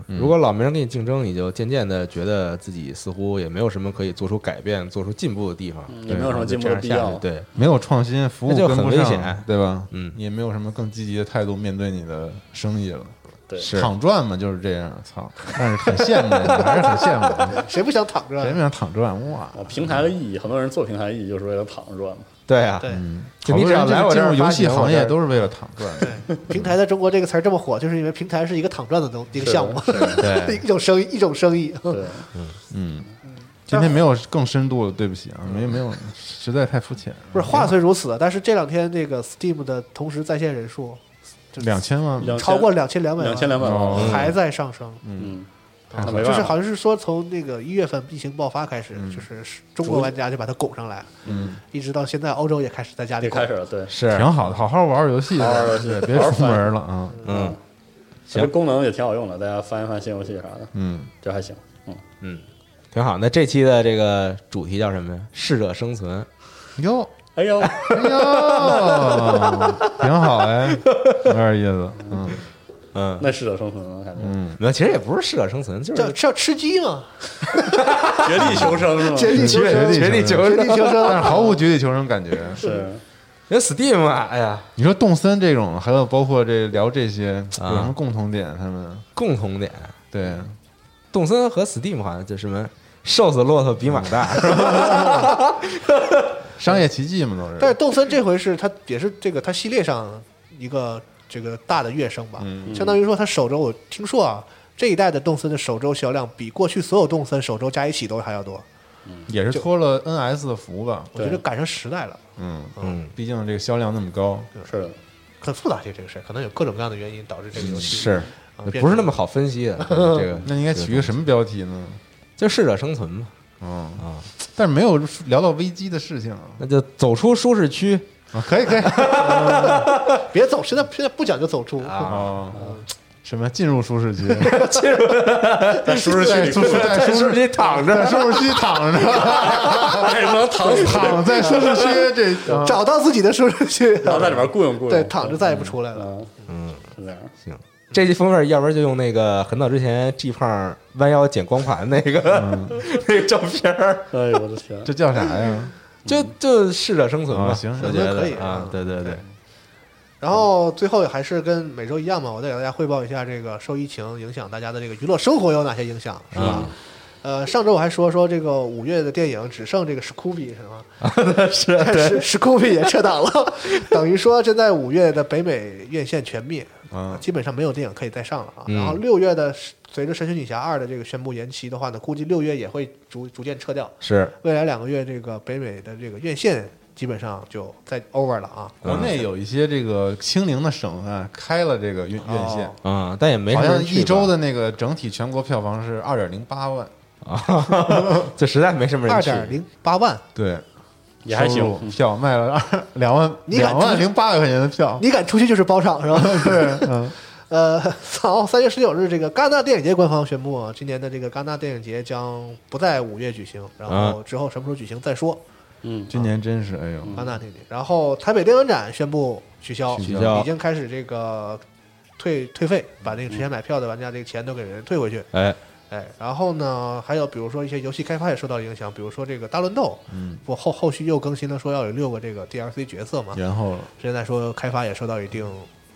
S1: 嗯，如果老没人跟你竞争，你就渐渐的觉得自己似乎也没有什么可以做出改变、做出进步的地方，
S6: 嗯
S5: 也嗯没有什么进步的必
S1: 这样下
S5: 要
S1: 去。对，
S4: 没有创新，服务
S1: 那就
S4: 跟
S1: 很
S4: 不
S1: 危
S4: 上，
S1: 险
S4: 对吧？
S1: 嗯
S4: 你也没有什么更积极的态度面对你的生意了。
S5: 对，
S1: 是
S4: 躺赚嘛，就是这样。操，但是很羡慕你，还是很羡慕
S6: 谁不想躺
S4: 你。谁
S6: 着？啊
S4: 没想躺赚？哇，
S5: 啊，平台的意义，很多人做平台意义就是为了躺着赚嘛。
S1: 对啊，
S6: 对
S1: 就
S4: 好
S1: 你
S4: 多
S1: 只要
S4: 人
S1: 来
S4: 这
S1: 我这
S4: 个进
S1: 儿
S4: 入游
S1: 发
S4: 戏
S1: 行
S4: 行
S1: 我
S4: 业
S1: 这儿
S4: 都是为了躺赚。
S6: 对，平台在中国这个词儿这么火，就是因为平台是一个躺赚的东一个项目，
S1: 对
S6: 一种生意，一种生意。
S5: 对，
S4: 嗯，今天没有更深度了，对不起啊，没没有，实在太肤浅了。
S6: 不是话虽如此，但是这两天那个 Steam 的同时在线人数就
S4: 两千吗？
S5: 两
S6: 超过两啊千两百
S5: 两千两百
S4: 哦
S5: 万，
S6: 还在上升。
S5: 嗯，
S4: 嗯
S5: 那没
S6: 哦就是
S5: 办法
S6: 好。像是说从那个一月份疫情爆发开始，
S5: 嗯
S6: 就是中国玩家就把它拱上来，
S4: 嗯，
S6: 一直到现在，欧洲也开始在家里
S5: 也
S6: 拱
S5: 开始了，对，
S1: 是
S4: 挺好的，好好玩儿游戏，
S5: 好好玩儿游戏
S4: 对别
S5: 好好
S4: 出
S5: 翻
S4: 门了啊。
S1: 嗯，
S5: 其实功能也挺好用的，大家翻一翻新游戏啥的，
S4: 嗯，
S5: 这还行。嗯，
S1: 挺好。那这期的这个主题叫什么呀？适者生存。
S4: 哟，
S5: 哎 呦，
S4: 哎呦，挺好哎，有点意思。嗯
S1: 嗯，
S5: 那适者生存了，感觉
S4: 嗯，
S1: 那其实也不是适者生存，就
S6: 这
S1: 是
S6: 这吃鸡嘛，
S5: 绝地求生是吗？
S6: 绝地求生，
S4: 绝地
S1: 求
S4: 求
S1: 生
S6: 绝地求
S4: 但
S6: 生。
S4: 是毫无绝地求生感觉。
S5: 是。
S1: 人 Steam 啊，哎呀，
S4: 你说动森这种，还有包括这聊这些，有什么共同点？他们
S1: 共同点，
S4: 对，
S1: 动森和 Steam 好像就什么瘦死骆驼比马 大，
S4: 商业奇迹嘛，都
S6: 但是
S4: 是。
S6: 动森这回是它也是这个它系列上一个这个大的跃升吧，
S4: 嗯
S6: 相当于说它首周我听说啊，这一代的动森的首周销量比过去所有动森首周加一起都还要多，
S4: 也是托了 NS 的福吧。
S6: 我觉得
S5: 对
S6: 赶上时代了，
S4: 嗯，
S1: 嗯，
S4: 毕竟这个销量那么高，
S5: 是的，
S6: 很复杂这这个事儿，可能有各种各样的原因导致这个游 戏
S1: 是
S6: 啊变
S1: 不是
S6: 成
S1: 那么好分析的？啊这个
S4: 那应该取一个什么标题呢？
S1: 就适者生存嘛，
S4: 嗯
S1: 啊，
S4: 但是没有聊到危机的事情啊。
S1: 那就走出舒适区
S4: 啊可以可以。
S6: 别走，现在现在不讲究走出，
S4: 啊，什么进入舒适 区，
S5: 在舒适区
S4: 在
S5: 里
S4: 舒适在舒适
S1: 区躺
S4: 在舒适区躺 着，
S5: 为什么能躺死？
S4: 躺在舒适区这啊
S6: 找到自己的舒适区，
S5: 然后在里边雇佣雇佣，
S6: 对，躺着再也不出来了。
S5: 嗯，是这样。
S1: 行，这期封面要不然就用那个很早之前 G 胖弯腰捡光盘那个、
S4: 嗯
S1: 那个照片儿，
S5: 哎呦我的天，
S4: 这哦叫啥呀？
S1: 就就适者生存吧。
S4: 啊行
S1: 我
S4: 生存
S1: 觉得
S6: 可以
S1: 啊
S6: 啊，
S1: 对对对，
S6: 然后最后还是跟每周一样嘛，我再给大家汇报一下这个受疫情影响大家的这个娱乐生活有哪些影响，是
S1: 嗯
S6: 吧？呃，上周我还说说这个五月的电影只剩这个史酷比是吗？
S1: 是啊
S6: 史史酷比也撤档了，等于说现在五月的北美院线全灭，
S4: 嗯
S6: 基本上没有电影可以再上了啊。
S1: 嗯
S6: 然后六月的，随着《神奇女侠二》的这个宣布延期的话呢，估计六月也会逐逐渐撤掉。
S4: 是
S6: 未来两个月，这个北美的这个院线基本上就在 over 了啊。
S4: 国内有一些这个清零的省份开了这个院院线
S6: 哦，
S1: 啊，但也没什
S4: 好
S1: 么
S4: 像
S1: 人去吧
S4: 一周的那个整体全国票房是二点零八万，
S1: 这实在没什么人
S6: 二
S1: 去。
S6: 点零八万，
S4: 对，
S5: 也还行
S4: 收。入票卖 了二两万
S6: 你敢
S4: 两万零八百块钱的票，
S6: 你敢出去就是包场是吧？
S4: 对，嗯
S6: 呃，好，三月十九日，这个戛纳电影节官方宣布啊，今年的这个戛纳电影节将不在五月举行，然后之后什么时候举行再说。
S5: 嗯，
S4: 今年真是哎呦，
S6: 戛纳电影节，然后台北电影展宣布取消，
S4: 取
S1: 消
S6: 已经开始这个退退费，把那个之前买票的玩家这个钱都给人退回去。
S1: 哎，
S6: 哎，然后呢，还有比如说一些游戏开发也受到影响，比如说这个大乱斗，
S4: 嗯，
S6: 不后后续又更新了说要有六个这个 DLC 角色嘛，
S4: 然后
S6: 现在说开发也受到一定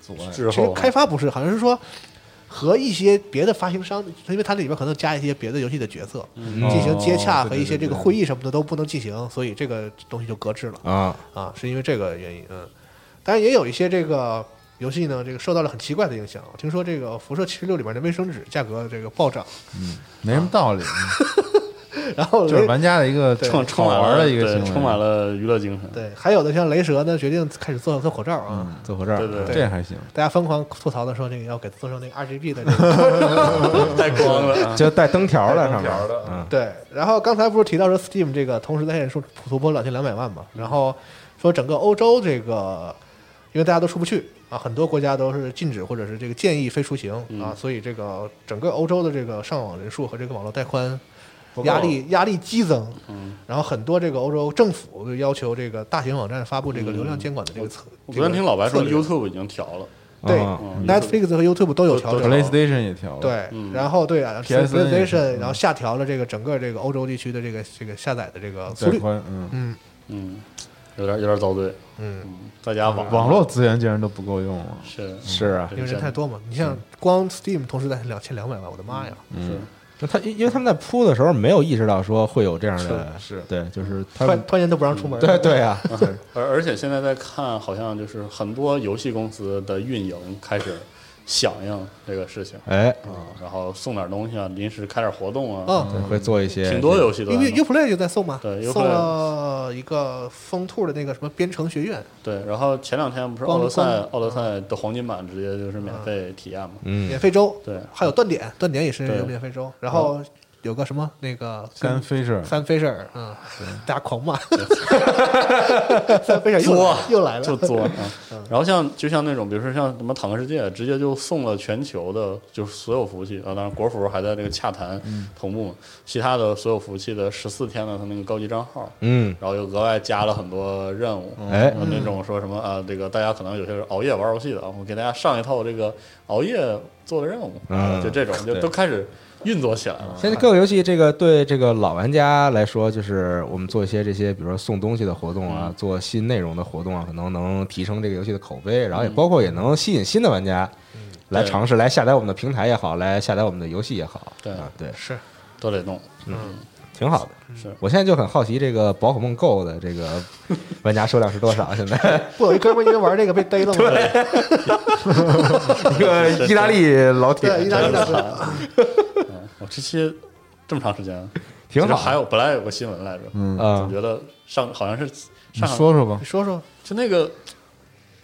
S4: 阻碍，
S5: 之
S6: 其实
S5: 后啊
S6: 开发不是，好像是说和一些别的发行商，因为它里边可能加一些别的游戏的角色、进行接洽
S4: 哦
S6: 和一些这个会议什么的都不能进行，所以这个东西就搁置了
S1: 啊，
S6: 啊，是因为这个原因。嗯，当然也有一些这个游戏呢，这个受到了很奇怪的影响。我听说这个《辐射七十六》里面的卫生纸价格这个暴涨，
S4: 没什么道理，
S6: 然后
S4: 就是
S6: 雷
S4: 玩家的一个
S5: 充充
S4: 好
S5: 满
S4: 玩
S5: 了
S4: 的一个
S5: 对
S4: 行为，
S5: 充满了娱乐精神。
S6: 对，还有的像雷蛇呢，决定开始做做口罩啊。
S4: 嗯，
S1: 坐火这儿，
S5: 对对
S4: 这还行，
S6: 大家疯狂吐槽的说，这个要给做成那个 RGB 的这 个，
S5: 带光了，啊
S1: 就带灯条儿了上面
S4: 带灯条儿的
S1: 嗯，
S6: 对，然后刚才不是提到说 Steam 这个同时在线数突破两千两百万嘛，然后说整个欧洲这个，因为大家都出不去啊，很多国家都是禁止或者是这个建议非出行啊，
S5: 嗯
S6: 所以这个整个欧洲的这个上网人数和这个网络带宽压力压力激增，
S5: 嗯，
S6: 然后很多这个欧洲政府就要求这个大型网站发布这个流量监管的这个策。
S5: 我昨天听老白说
S6: 这个策略
S5: YouTube 已经调了，
S6: 对
S1: 嗯
S5: 嗯
S6: Netflix 和 YouTube 都有调整。
S4: PlayStation 也调了，，
S6: 对，
S5: 嗯
S6: 然后对啊
S4: PSN 也是
S6: PlayStation，
S4: 嗯
S6: 然后下调了这个整个这个欧洲地区的这个这个下载的这个速
S4: 带
S6: 率。
S4: 宽，嗯，
S6: 嗯
S5: 嗯，有点有点遭罪。
S6: 嗯，
S5: 嗯，大家网嗯
S4: 网络资源竟然都不够用了，
S5: 是
S1: 是啊，
S6: 因为人太多嘛。你像光 Steam 同时在两千两百万，我的妈呀！
S5: 是
S1: 那他因因为他们在铺的时候没有意识到说会有这样的，
S4: 是是
S1: 对，就是他
S6: 突然
S1: 们，
S6: 突然间都不让出门。
S1: 对，对啊，
S5: 而而且现在在看，好像就是很多游戏公司的运营开始响应这个事情
S1: 哎，
S5: 啊，然后送点东西啊，临时开点活动啊，
S6: 嗯，
S1: 对会做一些
S5: 挺多游戏都
S6: 因
S5: 在
S6: 为
S5: 弄
S6: UPlay 就在送嘛，
S5: 对，Uplay
S6: 送了一个疯兔的那个什么编程学院，
S5: 对。然后前两天不是
S6: 光
S5: 奥德赛
S6: 光嗯
S5: 奥德赛的黄金版直接就是免费体验嘛，
S1: 嗯
S6: 免费周，
S5: 对
S6: 还有断点，断点也是
S5: 对
S6: 有免费周，然后有个什么那个
S4: 三
S6: 跟
S4: 飞是
S6: 三飞事儿，嗯，大家狂骂， 三飞事儿又来又来
S5: 就
S6: 了，
S5: 做啊。
S6: 嗯
S5: 然后像就像那种，比如说像什么《坦克世界》，直接就送了全球的，就是所有服务器啊。当然，国服还在这个洽谈
S1: 嗯
S5: 同步嘛，其他的所有服务器的十四天的它那个高级账号，
S1: 嗯，
S5: 然后又额外加了很多任务。
S1: 哎
S5: 然，后那种说什么啊，这个大家可能有些是熬夜玩游戏的啊，我给大家上一套这个熬夜做的任务，啊
S1: 嗯
S5: 就这种就
S1: 对
S5: 都开始运作起来了。
S1: 现在各个游戏这个对这个老玩家来说，就是我们做一些这些，比如说送东西的活动啊
S5: 嗯，
S1: 做新内容的活动啊，可能能提升这个游戏的口碑，然后也包括也能吸引新的玩家来
S5: 嗯对
S1: 尝试来下载我们的平台也好，来下载我们的游戏也好，
S5: 对
S1: 啊，对，
S6: 是
S5: 都得弄，
S1: 挺好的。
S5: 是
S1: 我现在就很好奇这个宝可梦 Go 的这 个玩家数量是多少？现在
S6: 不有一哥们儿因为玩这个被逮了吗？
S1: 一个意大利老铁，
S6: 对，意大利大哥。
S5: 嗯我这期这么长时 间，
S1: 挺
S5: 其实
S1: 好。
S5: 还有本来有个新闻来着，
S4: 啊嗯
S5: 总觉得上好像是
S4: 你
S5: 上海
S4: 说说吧
S6: 你，说说，
S5: 就那个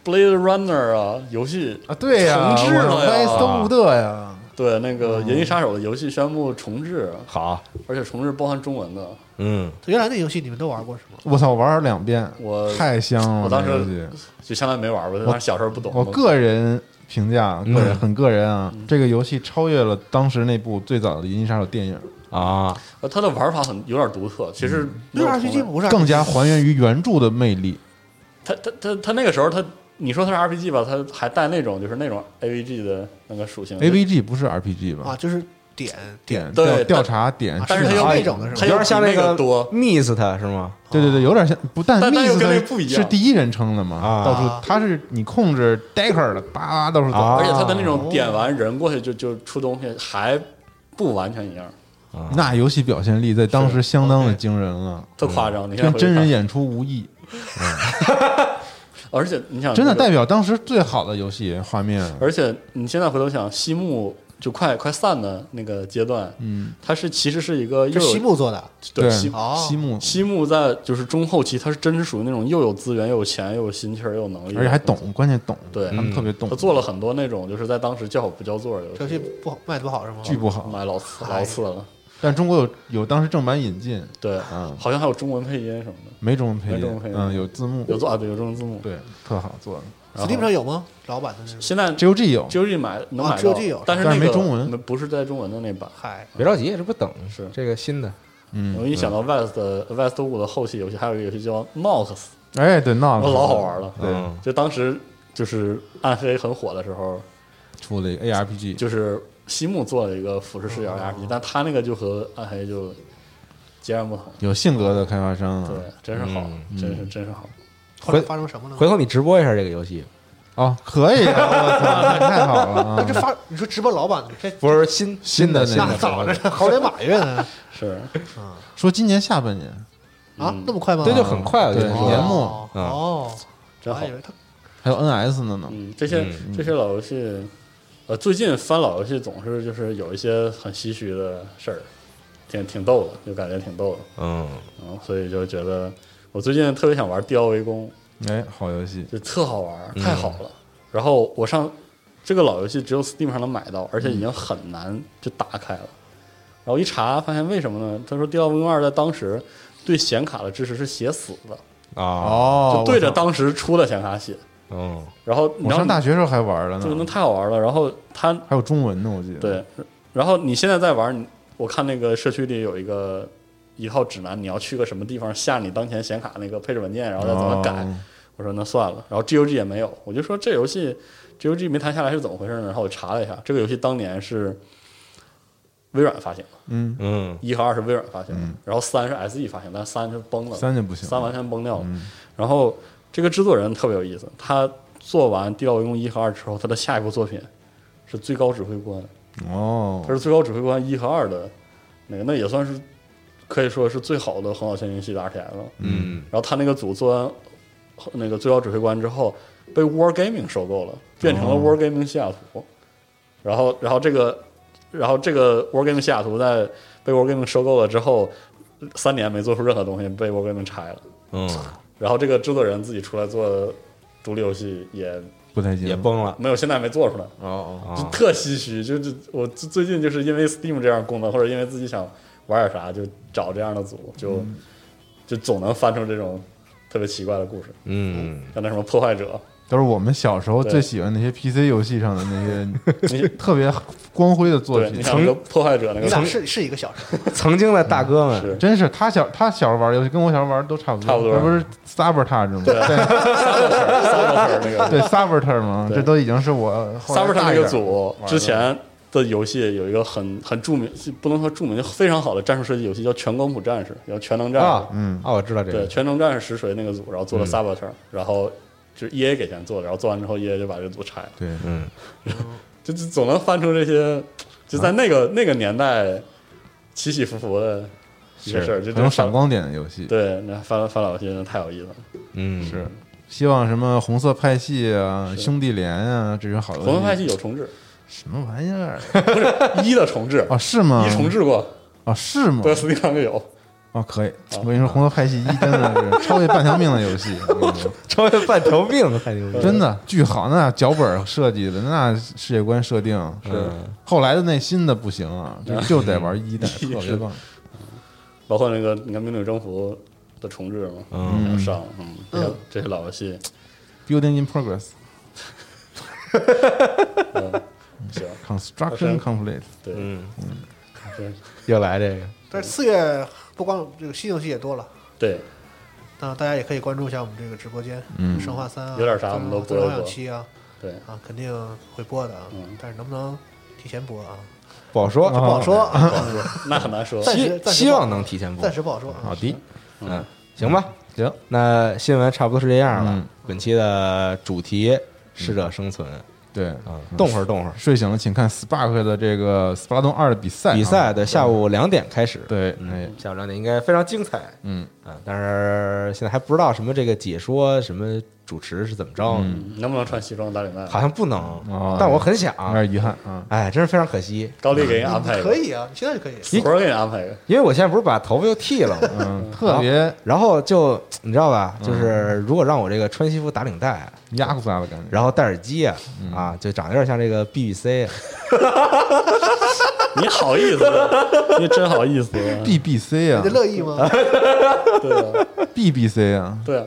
S5: Blade Runner 啊，游戏
S4: 啊，对呀，
S5: 重置
S4: 我
S5: 了呀
S4: 拍斯通伍德呀，
S5: 对那
S4: 嗯
S5: 个《银翼杀手》的游戏宣布重置，
S1: 好，
S5: 而且重置包含中文的。
S1: 嗯，
S6: 原来那游戏你们都玩过是吗？
S4: 我操，玩了两遍，
S5: 我
S4: 太香了，
S5: 我当
S4: 那
S5: 时
S4: 游戏
S5: 就相当于没玩过，但是小时候不懂嘛。
S4: 我个人评价，个人
S1: 嗯
S4: 很个人啊，这个游戏超越了当时那部最早的《银翼杀手》电影，
S1: 啊，
S5: 呃它的玩法很有点独特，其实
S4: 嗯
S5: 没
S6: 那
S5: 有
S4: 啊
S6: RPG
S5: 同类
S6: 不是
S4: 更加还原于原著的魅力。
S5: 它它它它那个时候它。你说它是 RPG 吧，它还带那种就是那种 AVG 的那个属性
S4: AVG 不是 RPG 吧？
S6: 啊，就是点
S4: 点
S5: 对但
S4: 调调查点
S6: 啊，
S5: 但是它
S4: 智
S5: 又
S4: 囊
S6: 那种的是
S5: 它
S6: 吧？
S1: 有
S5: 又
S1: 点像
S5: 比
S1: 那
S5: 那
S1: 个
S5: 个多
S1: Mist 是吗？
S4: 对对对，有点像，不但
S5: 哦但但又
S4: Myth
S5: 跟那不一样
S4: 是第一人称的嘛，
S1: 啊
S4: 到处它是你控制 Decker 的，叭叭到处走。
S1: 啊
S5: 而且它的那
S4: 哦
S5: 种点完人过去就就出东西，还不完全一样，
S4: 那游戏表现力在当时
S5: 啊
S4: 相当的惊人了，啊
S5: 特夸张。你现在
S4: 跟
S5: 回去
S4: 真
S5: 看
S4: 人演出无异。
S5: 而且你想
S4: 真的
S5: 这个
S4: 代表当时最好的游戏画面。
S5: 嗯而且你现在回头想，西木就快快散的那个阶段，
S4: 嗯，
S5: 它是其实是一个
S6: 这
S5: 又有
S6: 西木做的，
S5: 对西
S4: 啊
S6: 哦
S4: 西木，
S5: 西木在就是中后期，他是真是属于那种又有资源又有钱又有心气儿又有能力，
S4: 而且还懂，关键懂，
S5: 对嗯
S4: 他们特别懂。
S5: 他做了很多那种就是在当时叫好不叫座的游
S6: 这游
S5: 戏，
S6: 戏不好卖的不好是吗？
S4: 巨不好，
S5: 买老次老次了，
S4: 但中国有有当时正版引进，
S5: 对，
S4: 嗯
S5: 好像还有中文配音什么的，
S4: 没中文配
S5: 没中
S4: 音
S5: 文配，音
S4: 嗯，有字幕，
S5: 有做啊对有中文字幕。
S4: 对，特好做的。
S5: 然后
S6: Steam 啊上有吗？老版的那种？
S5: 现在
S4: GOG 有，
S5: GOG 买能
S6: 啊
S5: 买到
S6: GOG 有，
S5: 但是
S4: 但是
S5: 那
S4: 没
S5: 个
S4: 中文
S5: 没不是带中文的那版。
S6: 嗨，
S1: 别着急，这不等
S5: 是
S1: 这个新的
S4: 嗯，
S5: 我一想到 West Westwood 的后期游戏，还有一个游戏叫 Nox，
S4: 对，哎，对，那
S5: 老好玩了。
S4: 对，
S1: 嗯
S5: 就当时就是暗黑很火的时候，
S4: 出了一个 ARPG，
S5: 就是西木做了一个俯视视
S6: 哦
S5: 角 RPG，、但他那个就和暗黑就截然不同。
S4: 有性格的开发商啊
S5: 对，，真是好，
S4: 嗯
S5: 真是真是好。
S6: 后来发生什么了呢？
S1: 回头你直播一下这个游戏，
S4: 哦，可以啊，我操，那太好了
S6: 那
S4: 啊
S6: 这！发你说直播老版的这
S1: 不是新
S4: 新的那
S1: 新
S4: 个
S6: 那
S1: 的
S6: 早着呢，猴年马啊月呢
S5: 是，
S4: 说今年下半年
S6: 啊
S5: 嗯，
S6: 那么快吗？
S1: 这就很快了，
S4: 对
S1: 就是
S6: 哦
S1: 说
S4: 年末啊
S1: 嗯
S6: 哦，
S5: 真好
S6: 我还以为他
S4: 还有 NS 呢呢，
S5: 嗯，这些、这些老游戏，呃，最近翻老游戏总是就是有一些很唏嘘的事儿，挺挺逗的，就感觉挺逗的。
S1: 嗯，
S5: 嗯，所以就觉得我最近特别想玩《地奥围攻》，
S4: 哎，好游戏，
S5: 就特好玩，
S4: 嗯
S5: 太好了。然后我上这个老游戏只有 Steam 上能买到，而且
S4: 嗯
S5: 已经很难就打开了。然后一查发现为什么呢？他说《地奥 V 二》在当时对显卡的支持是写死的，
S1: 啊，
S4: 哦
S5: 就，对着
S4: 我操
S5: 当时出的显卡写。
S1: 嗯，
S5: 然后你
S4: 我
S5: 知道
S4: 上大学时候还玩了嗯
S5: 这个那
S4: 呢，
S5: 太好玩了。然后他
S4: 还有中文呢，我记得。，
S5: 对，然后你现在在玩，你我看那个社区里有一个一套指南，你要去个什么地方下你当前显卡那个配置文件，然后再怎么改。
S4: 哦
S5: 我说那算了，然后 GOG 也没有，我就说这游戏 GOG 没谈下来是怎么回事呢？然后我查了一下，这个游戏当年是微软发行的，
S4: 嗯，
S1: 嗯，
S5: 一和二是微软发行的，然后三是 SE 发行，但是三就崩了，
S4: 三就不行，
S5: 完全崩掉了。
S4: 嗯
S5: 然后这个制作人特别有意思，他做完《地道围攻一》和二之后，他的下一部作品是最高指挥官，
S4: 哦
S5: 他，是最高指挥官一和二的那个，那也算是可以说是最好的《横扫仙境》系的 RTS 了。
S1: 嗯，
S5: 然后他那个组做完那个最高指挥官之后，被 War Gaming 收购了，变成了 War Gaming 西雅图。然后，然后这个，然后这个 War Gaming 西雅图在被 War Gaming 收购了之后，三年没做出任何东西，被 War Gaming 拆了。
S1: 嗯，
S5: 然后这个制作人自己出来做独立游戏，也
S4: 不太行，
S1: 嗯也崩了
S5: 没有现在没做出来，
S4: 哦
S5: 就
S1: 啊，
S5: 特唏嘘。就就我最最近就是因为 Steam 这样功能，或者因为自己想玩点啥，就找这样的组，就、
S4: 嗯
S5: 就总能翻出这种特别奇怪的故事。
S1: 嗯，
S5: 像那什么破坏者，
S4: 哦，都是我们小时候
S5: 对
S4: 最喜欢那些 PC 游戏上的那
S5: 你
S4: 些 特别光辉的作
S5: 对，
S4: 品
S5: 你，像那个破坏者那
S6: 你
S5: 个
S6: 俩
S5: 层
S6: 是是一个小时，
S1: 曾经的大哥们，
S5: 是
S4: 真是他小他小时候玩游戏跟我小时候玩的都差不多，
S5: 差不多
S4: 那不是 Sabotage 吗？对
S5: ，Sabotage 那个
S4: 对 Sabotage 吗？
S5: 对
S4: 这都已经是我后来
S5: Sabotage
S4: 大
S5: 那
S4: 一点
S5: 个组
S4: 玩的
S5: 之前的游戏有一个很很著名，不能说著名，就非常好的战术设计游戏叫《全光谱战士》，叫《全能战士》
S1: 啊，
S4: 嗯
S1: 啊，我知道这
S5: 对，《
S1: 个，
S5: 全能战士》实锤那个组，然后做了 Sabotage，、然后就是 EA 给钱做的，然后做完之后 EA 就把这个组拆了，
S4: 对
S1: 嗯，
S5: 就就总能翻出这些，就在那个、
S4: 啊
S5: 那个年代起起伏伏的一些事儿，就
S4: 很
S5: 这
S4: 有闪。光点的游戏，
S5: 对，那翻翻老游戏真的太有意思了。
S1: 嗯，
S4: 是希望什么红色派系啊、兄弟连啊这种好游戏，
S5: 红色派系有重置，
S4: 什么玩意儿
S5: 一的重置，
S4: 哦，是吗？
S5: 一重置过，
S4: 哦，是吗？
S5: 对，Steam 上就有。
S4: 哦，可以，我跟你说，红色派系一真的是超越半条命的 游戏，我跟你说
S1: 超越半条 命，太牛逼了，
S4: 真的巨好，那脚本设计的，那世界观设定
S5: 嗯
S4: 是后来的那新的不行啊，就就得玩一 代，特别棒。
S5: 包括那个你看《民主征服》的重置嘛，
S1: 嗯
S5: 还有上，嗯，这些这些老游戏，
S4: Building in progress, 嗯
S5: 行，
S4: construction complete。
S5: 对，
S1: 嗯，
S5: 对
S1: 又来这个，
S6: 但是四月不光这个新游戏也多了。
S5: 对，
S6: 那大家也可以关注一下我们这个直播间，
S4: 嗯
S6: 生化三啊，
S5: 有点啥我们都播一播
S6: 幻想七啊，
S5: 对，
S6: 啊，肯定会播的啊，但是能不能提前播啊，
S1: 不好说，
S6: 不好说啊，
S5: 那很难说。
S6: 暂时
S1: 希
S6: 暂时
S1: 希
S6: 不好
S1: 望能提前播，
S6: 暂时不好说啊
S1: 好。的，嗯，行吧，
S4: 行，
S1: 那新闻差不多是这样了
S4: 嗯。
S1: 本期的主题“适者生存”
S4: 对，
S1: 啊，动会儿动会儿。
S4: 睡醒了请看 Spark 的这个 Splatoon 二的比赛啊，
S1: 比赛的下午两点开始，
S4: 对，哎
S1: 嗯，，下午两点应该非常精彩
S4: 嗯，
S1: 啊！但是现在还不知道什么这个解说什么主持是怎么着，
S4: 嗯
S5: 能不能穿西装打领带？
S1: 好像不能
S5: 啊
S4: 哦，
S1: 但我很想，
S4: 有点遗憾啊。
S1: 哎，真是非常可惜，
S5: 高丽给人安排一个
S6: 可，以啊，你现在就可以。
S5: 死活儿给人安排一个。
S1: 因为我现在不是把头发又剃了吗？
S4: 嗯，特别
S1: 然后就你知道吧，就是如果让我这个穿西服打领带，
S4: 压库萨的感觉。
S1: 然后戴耳机啊，啊，就长得有点像这个 BBC，
S5: 你 好意思吗，你真好意思吗，
S4: BBC 啊
S6: 你乐意吗？
S5: 对啊，
S4: ，BBC 啊，
S5: 对啊，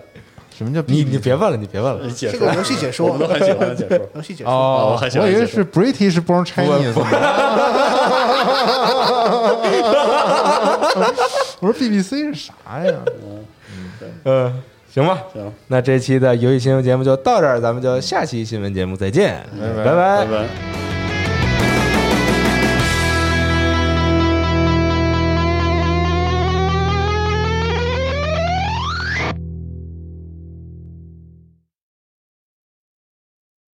S4: 什么叫 BBC？
S1: 你你别问了，你别问了
S5: 你，解
S6: 是
S5: 释
S6: 个游戏解 说
S5: 我们都很喜欢解说。
S6: 游戏解说，
S4: 哦
S5: 我，还喜
S4: 我
S5: 欢
S4: 以为
S5: 这
S4: 是 British born Chinese 。 我说 BBC 是啥呀？
S1: 嗯，行吧，
S5: 行，
S1: 那这期的游戏新闻节目就到这儿，咱们就下期新闻节目再见，
S4: 拜拜
S1: 拜
S5: 拜拜。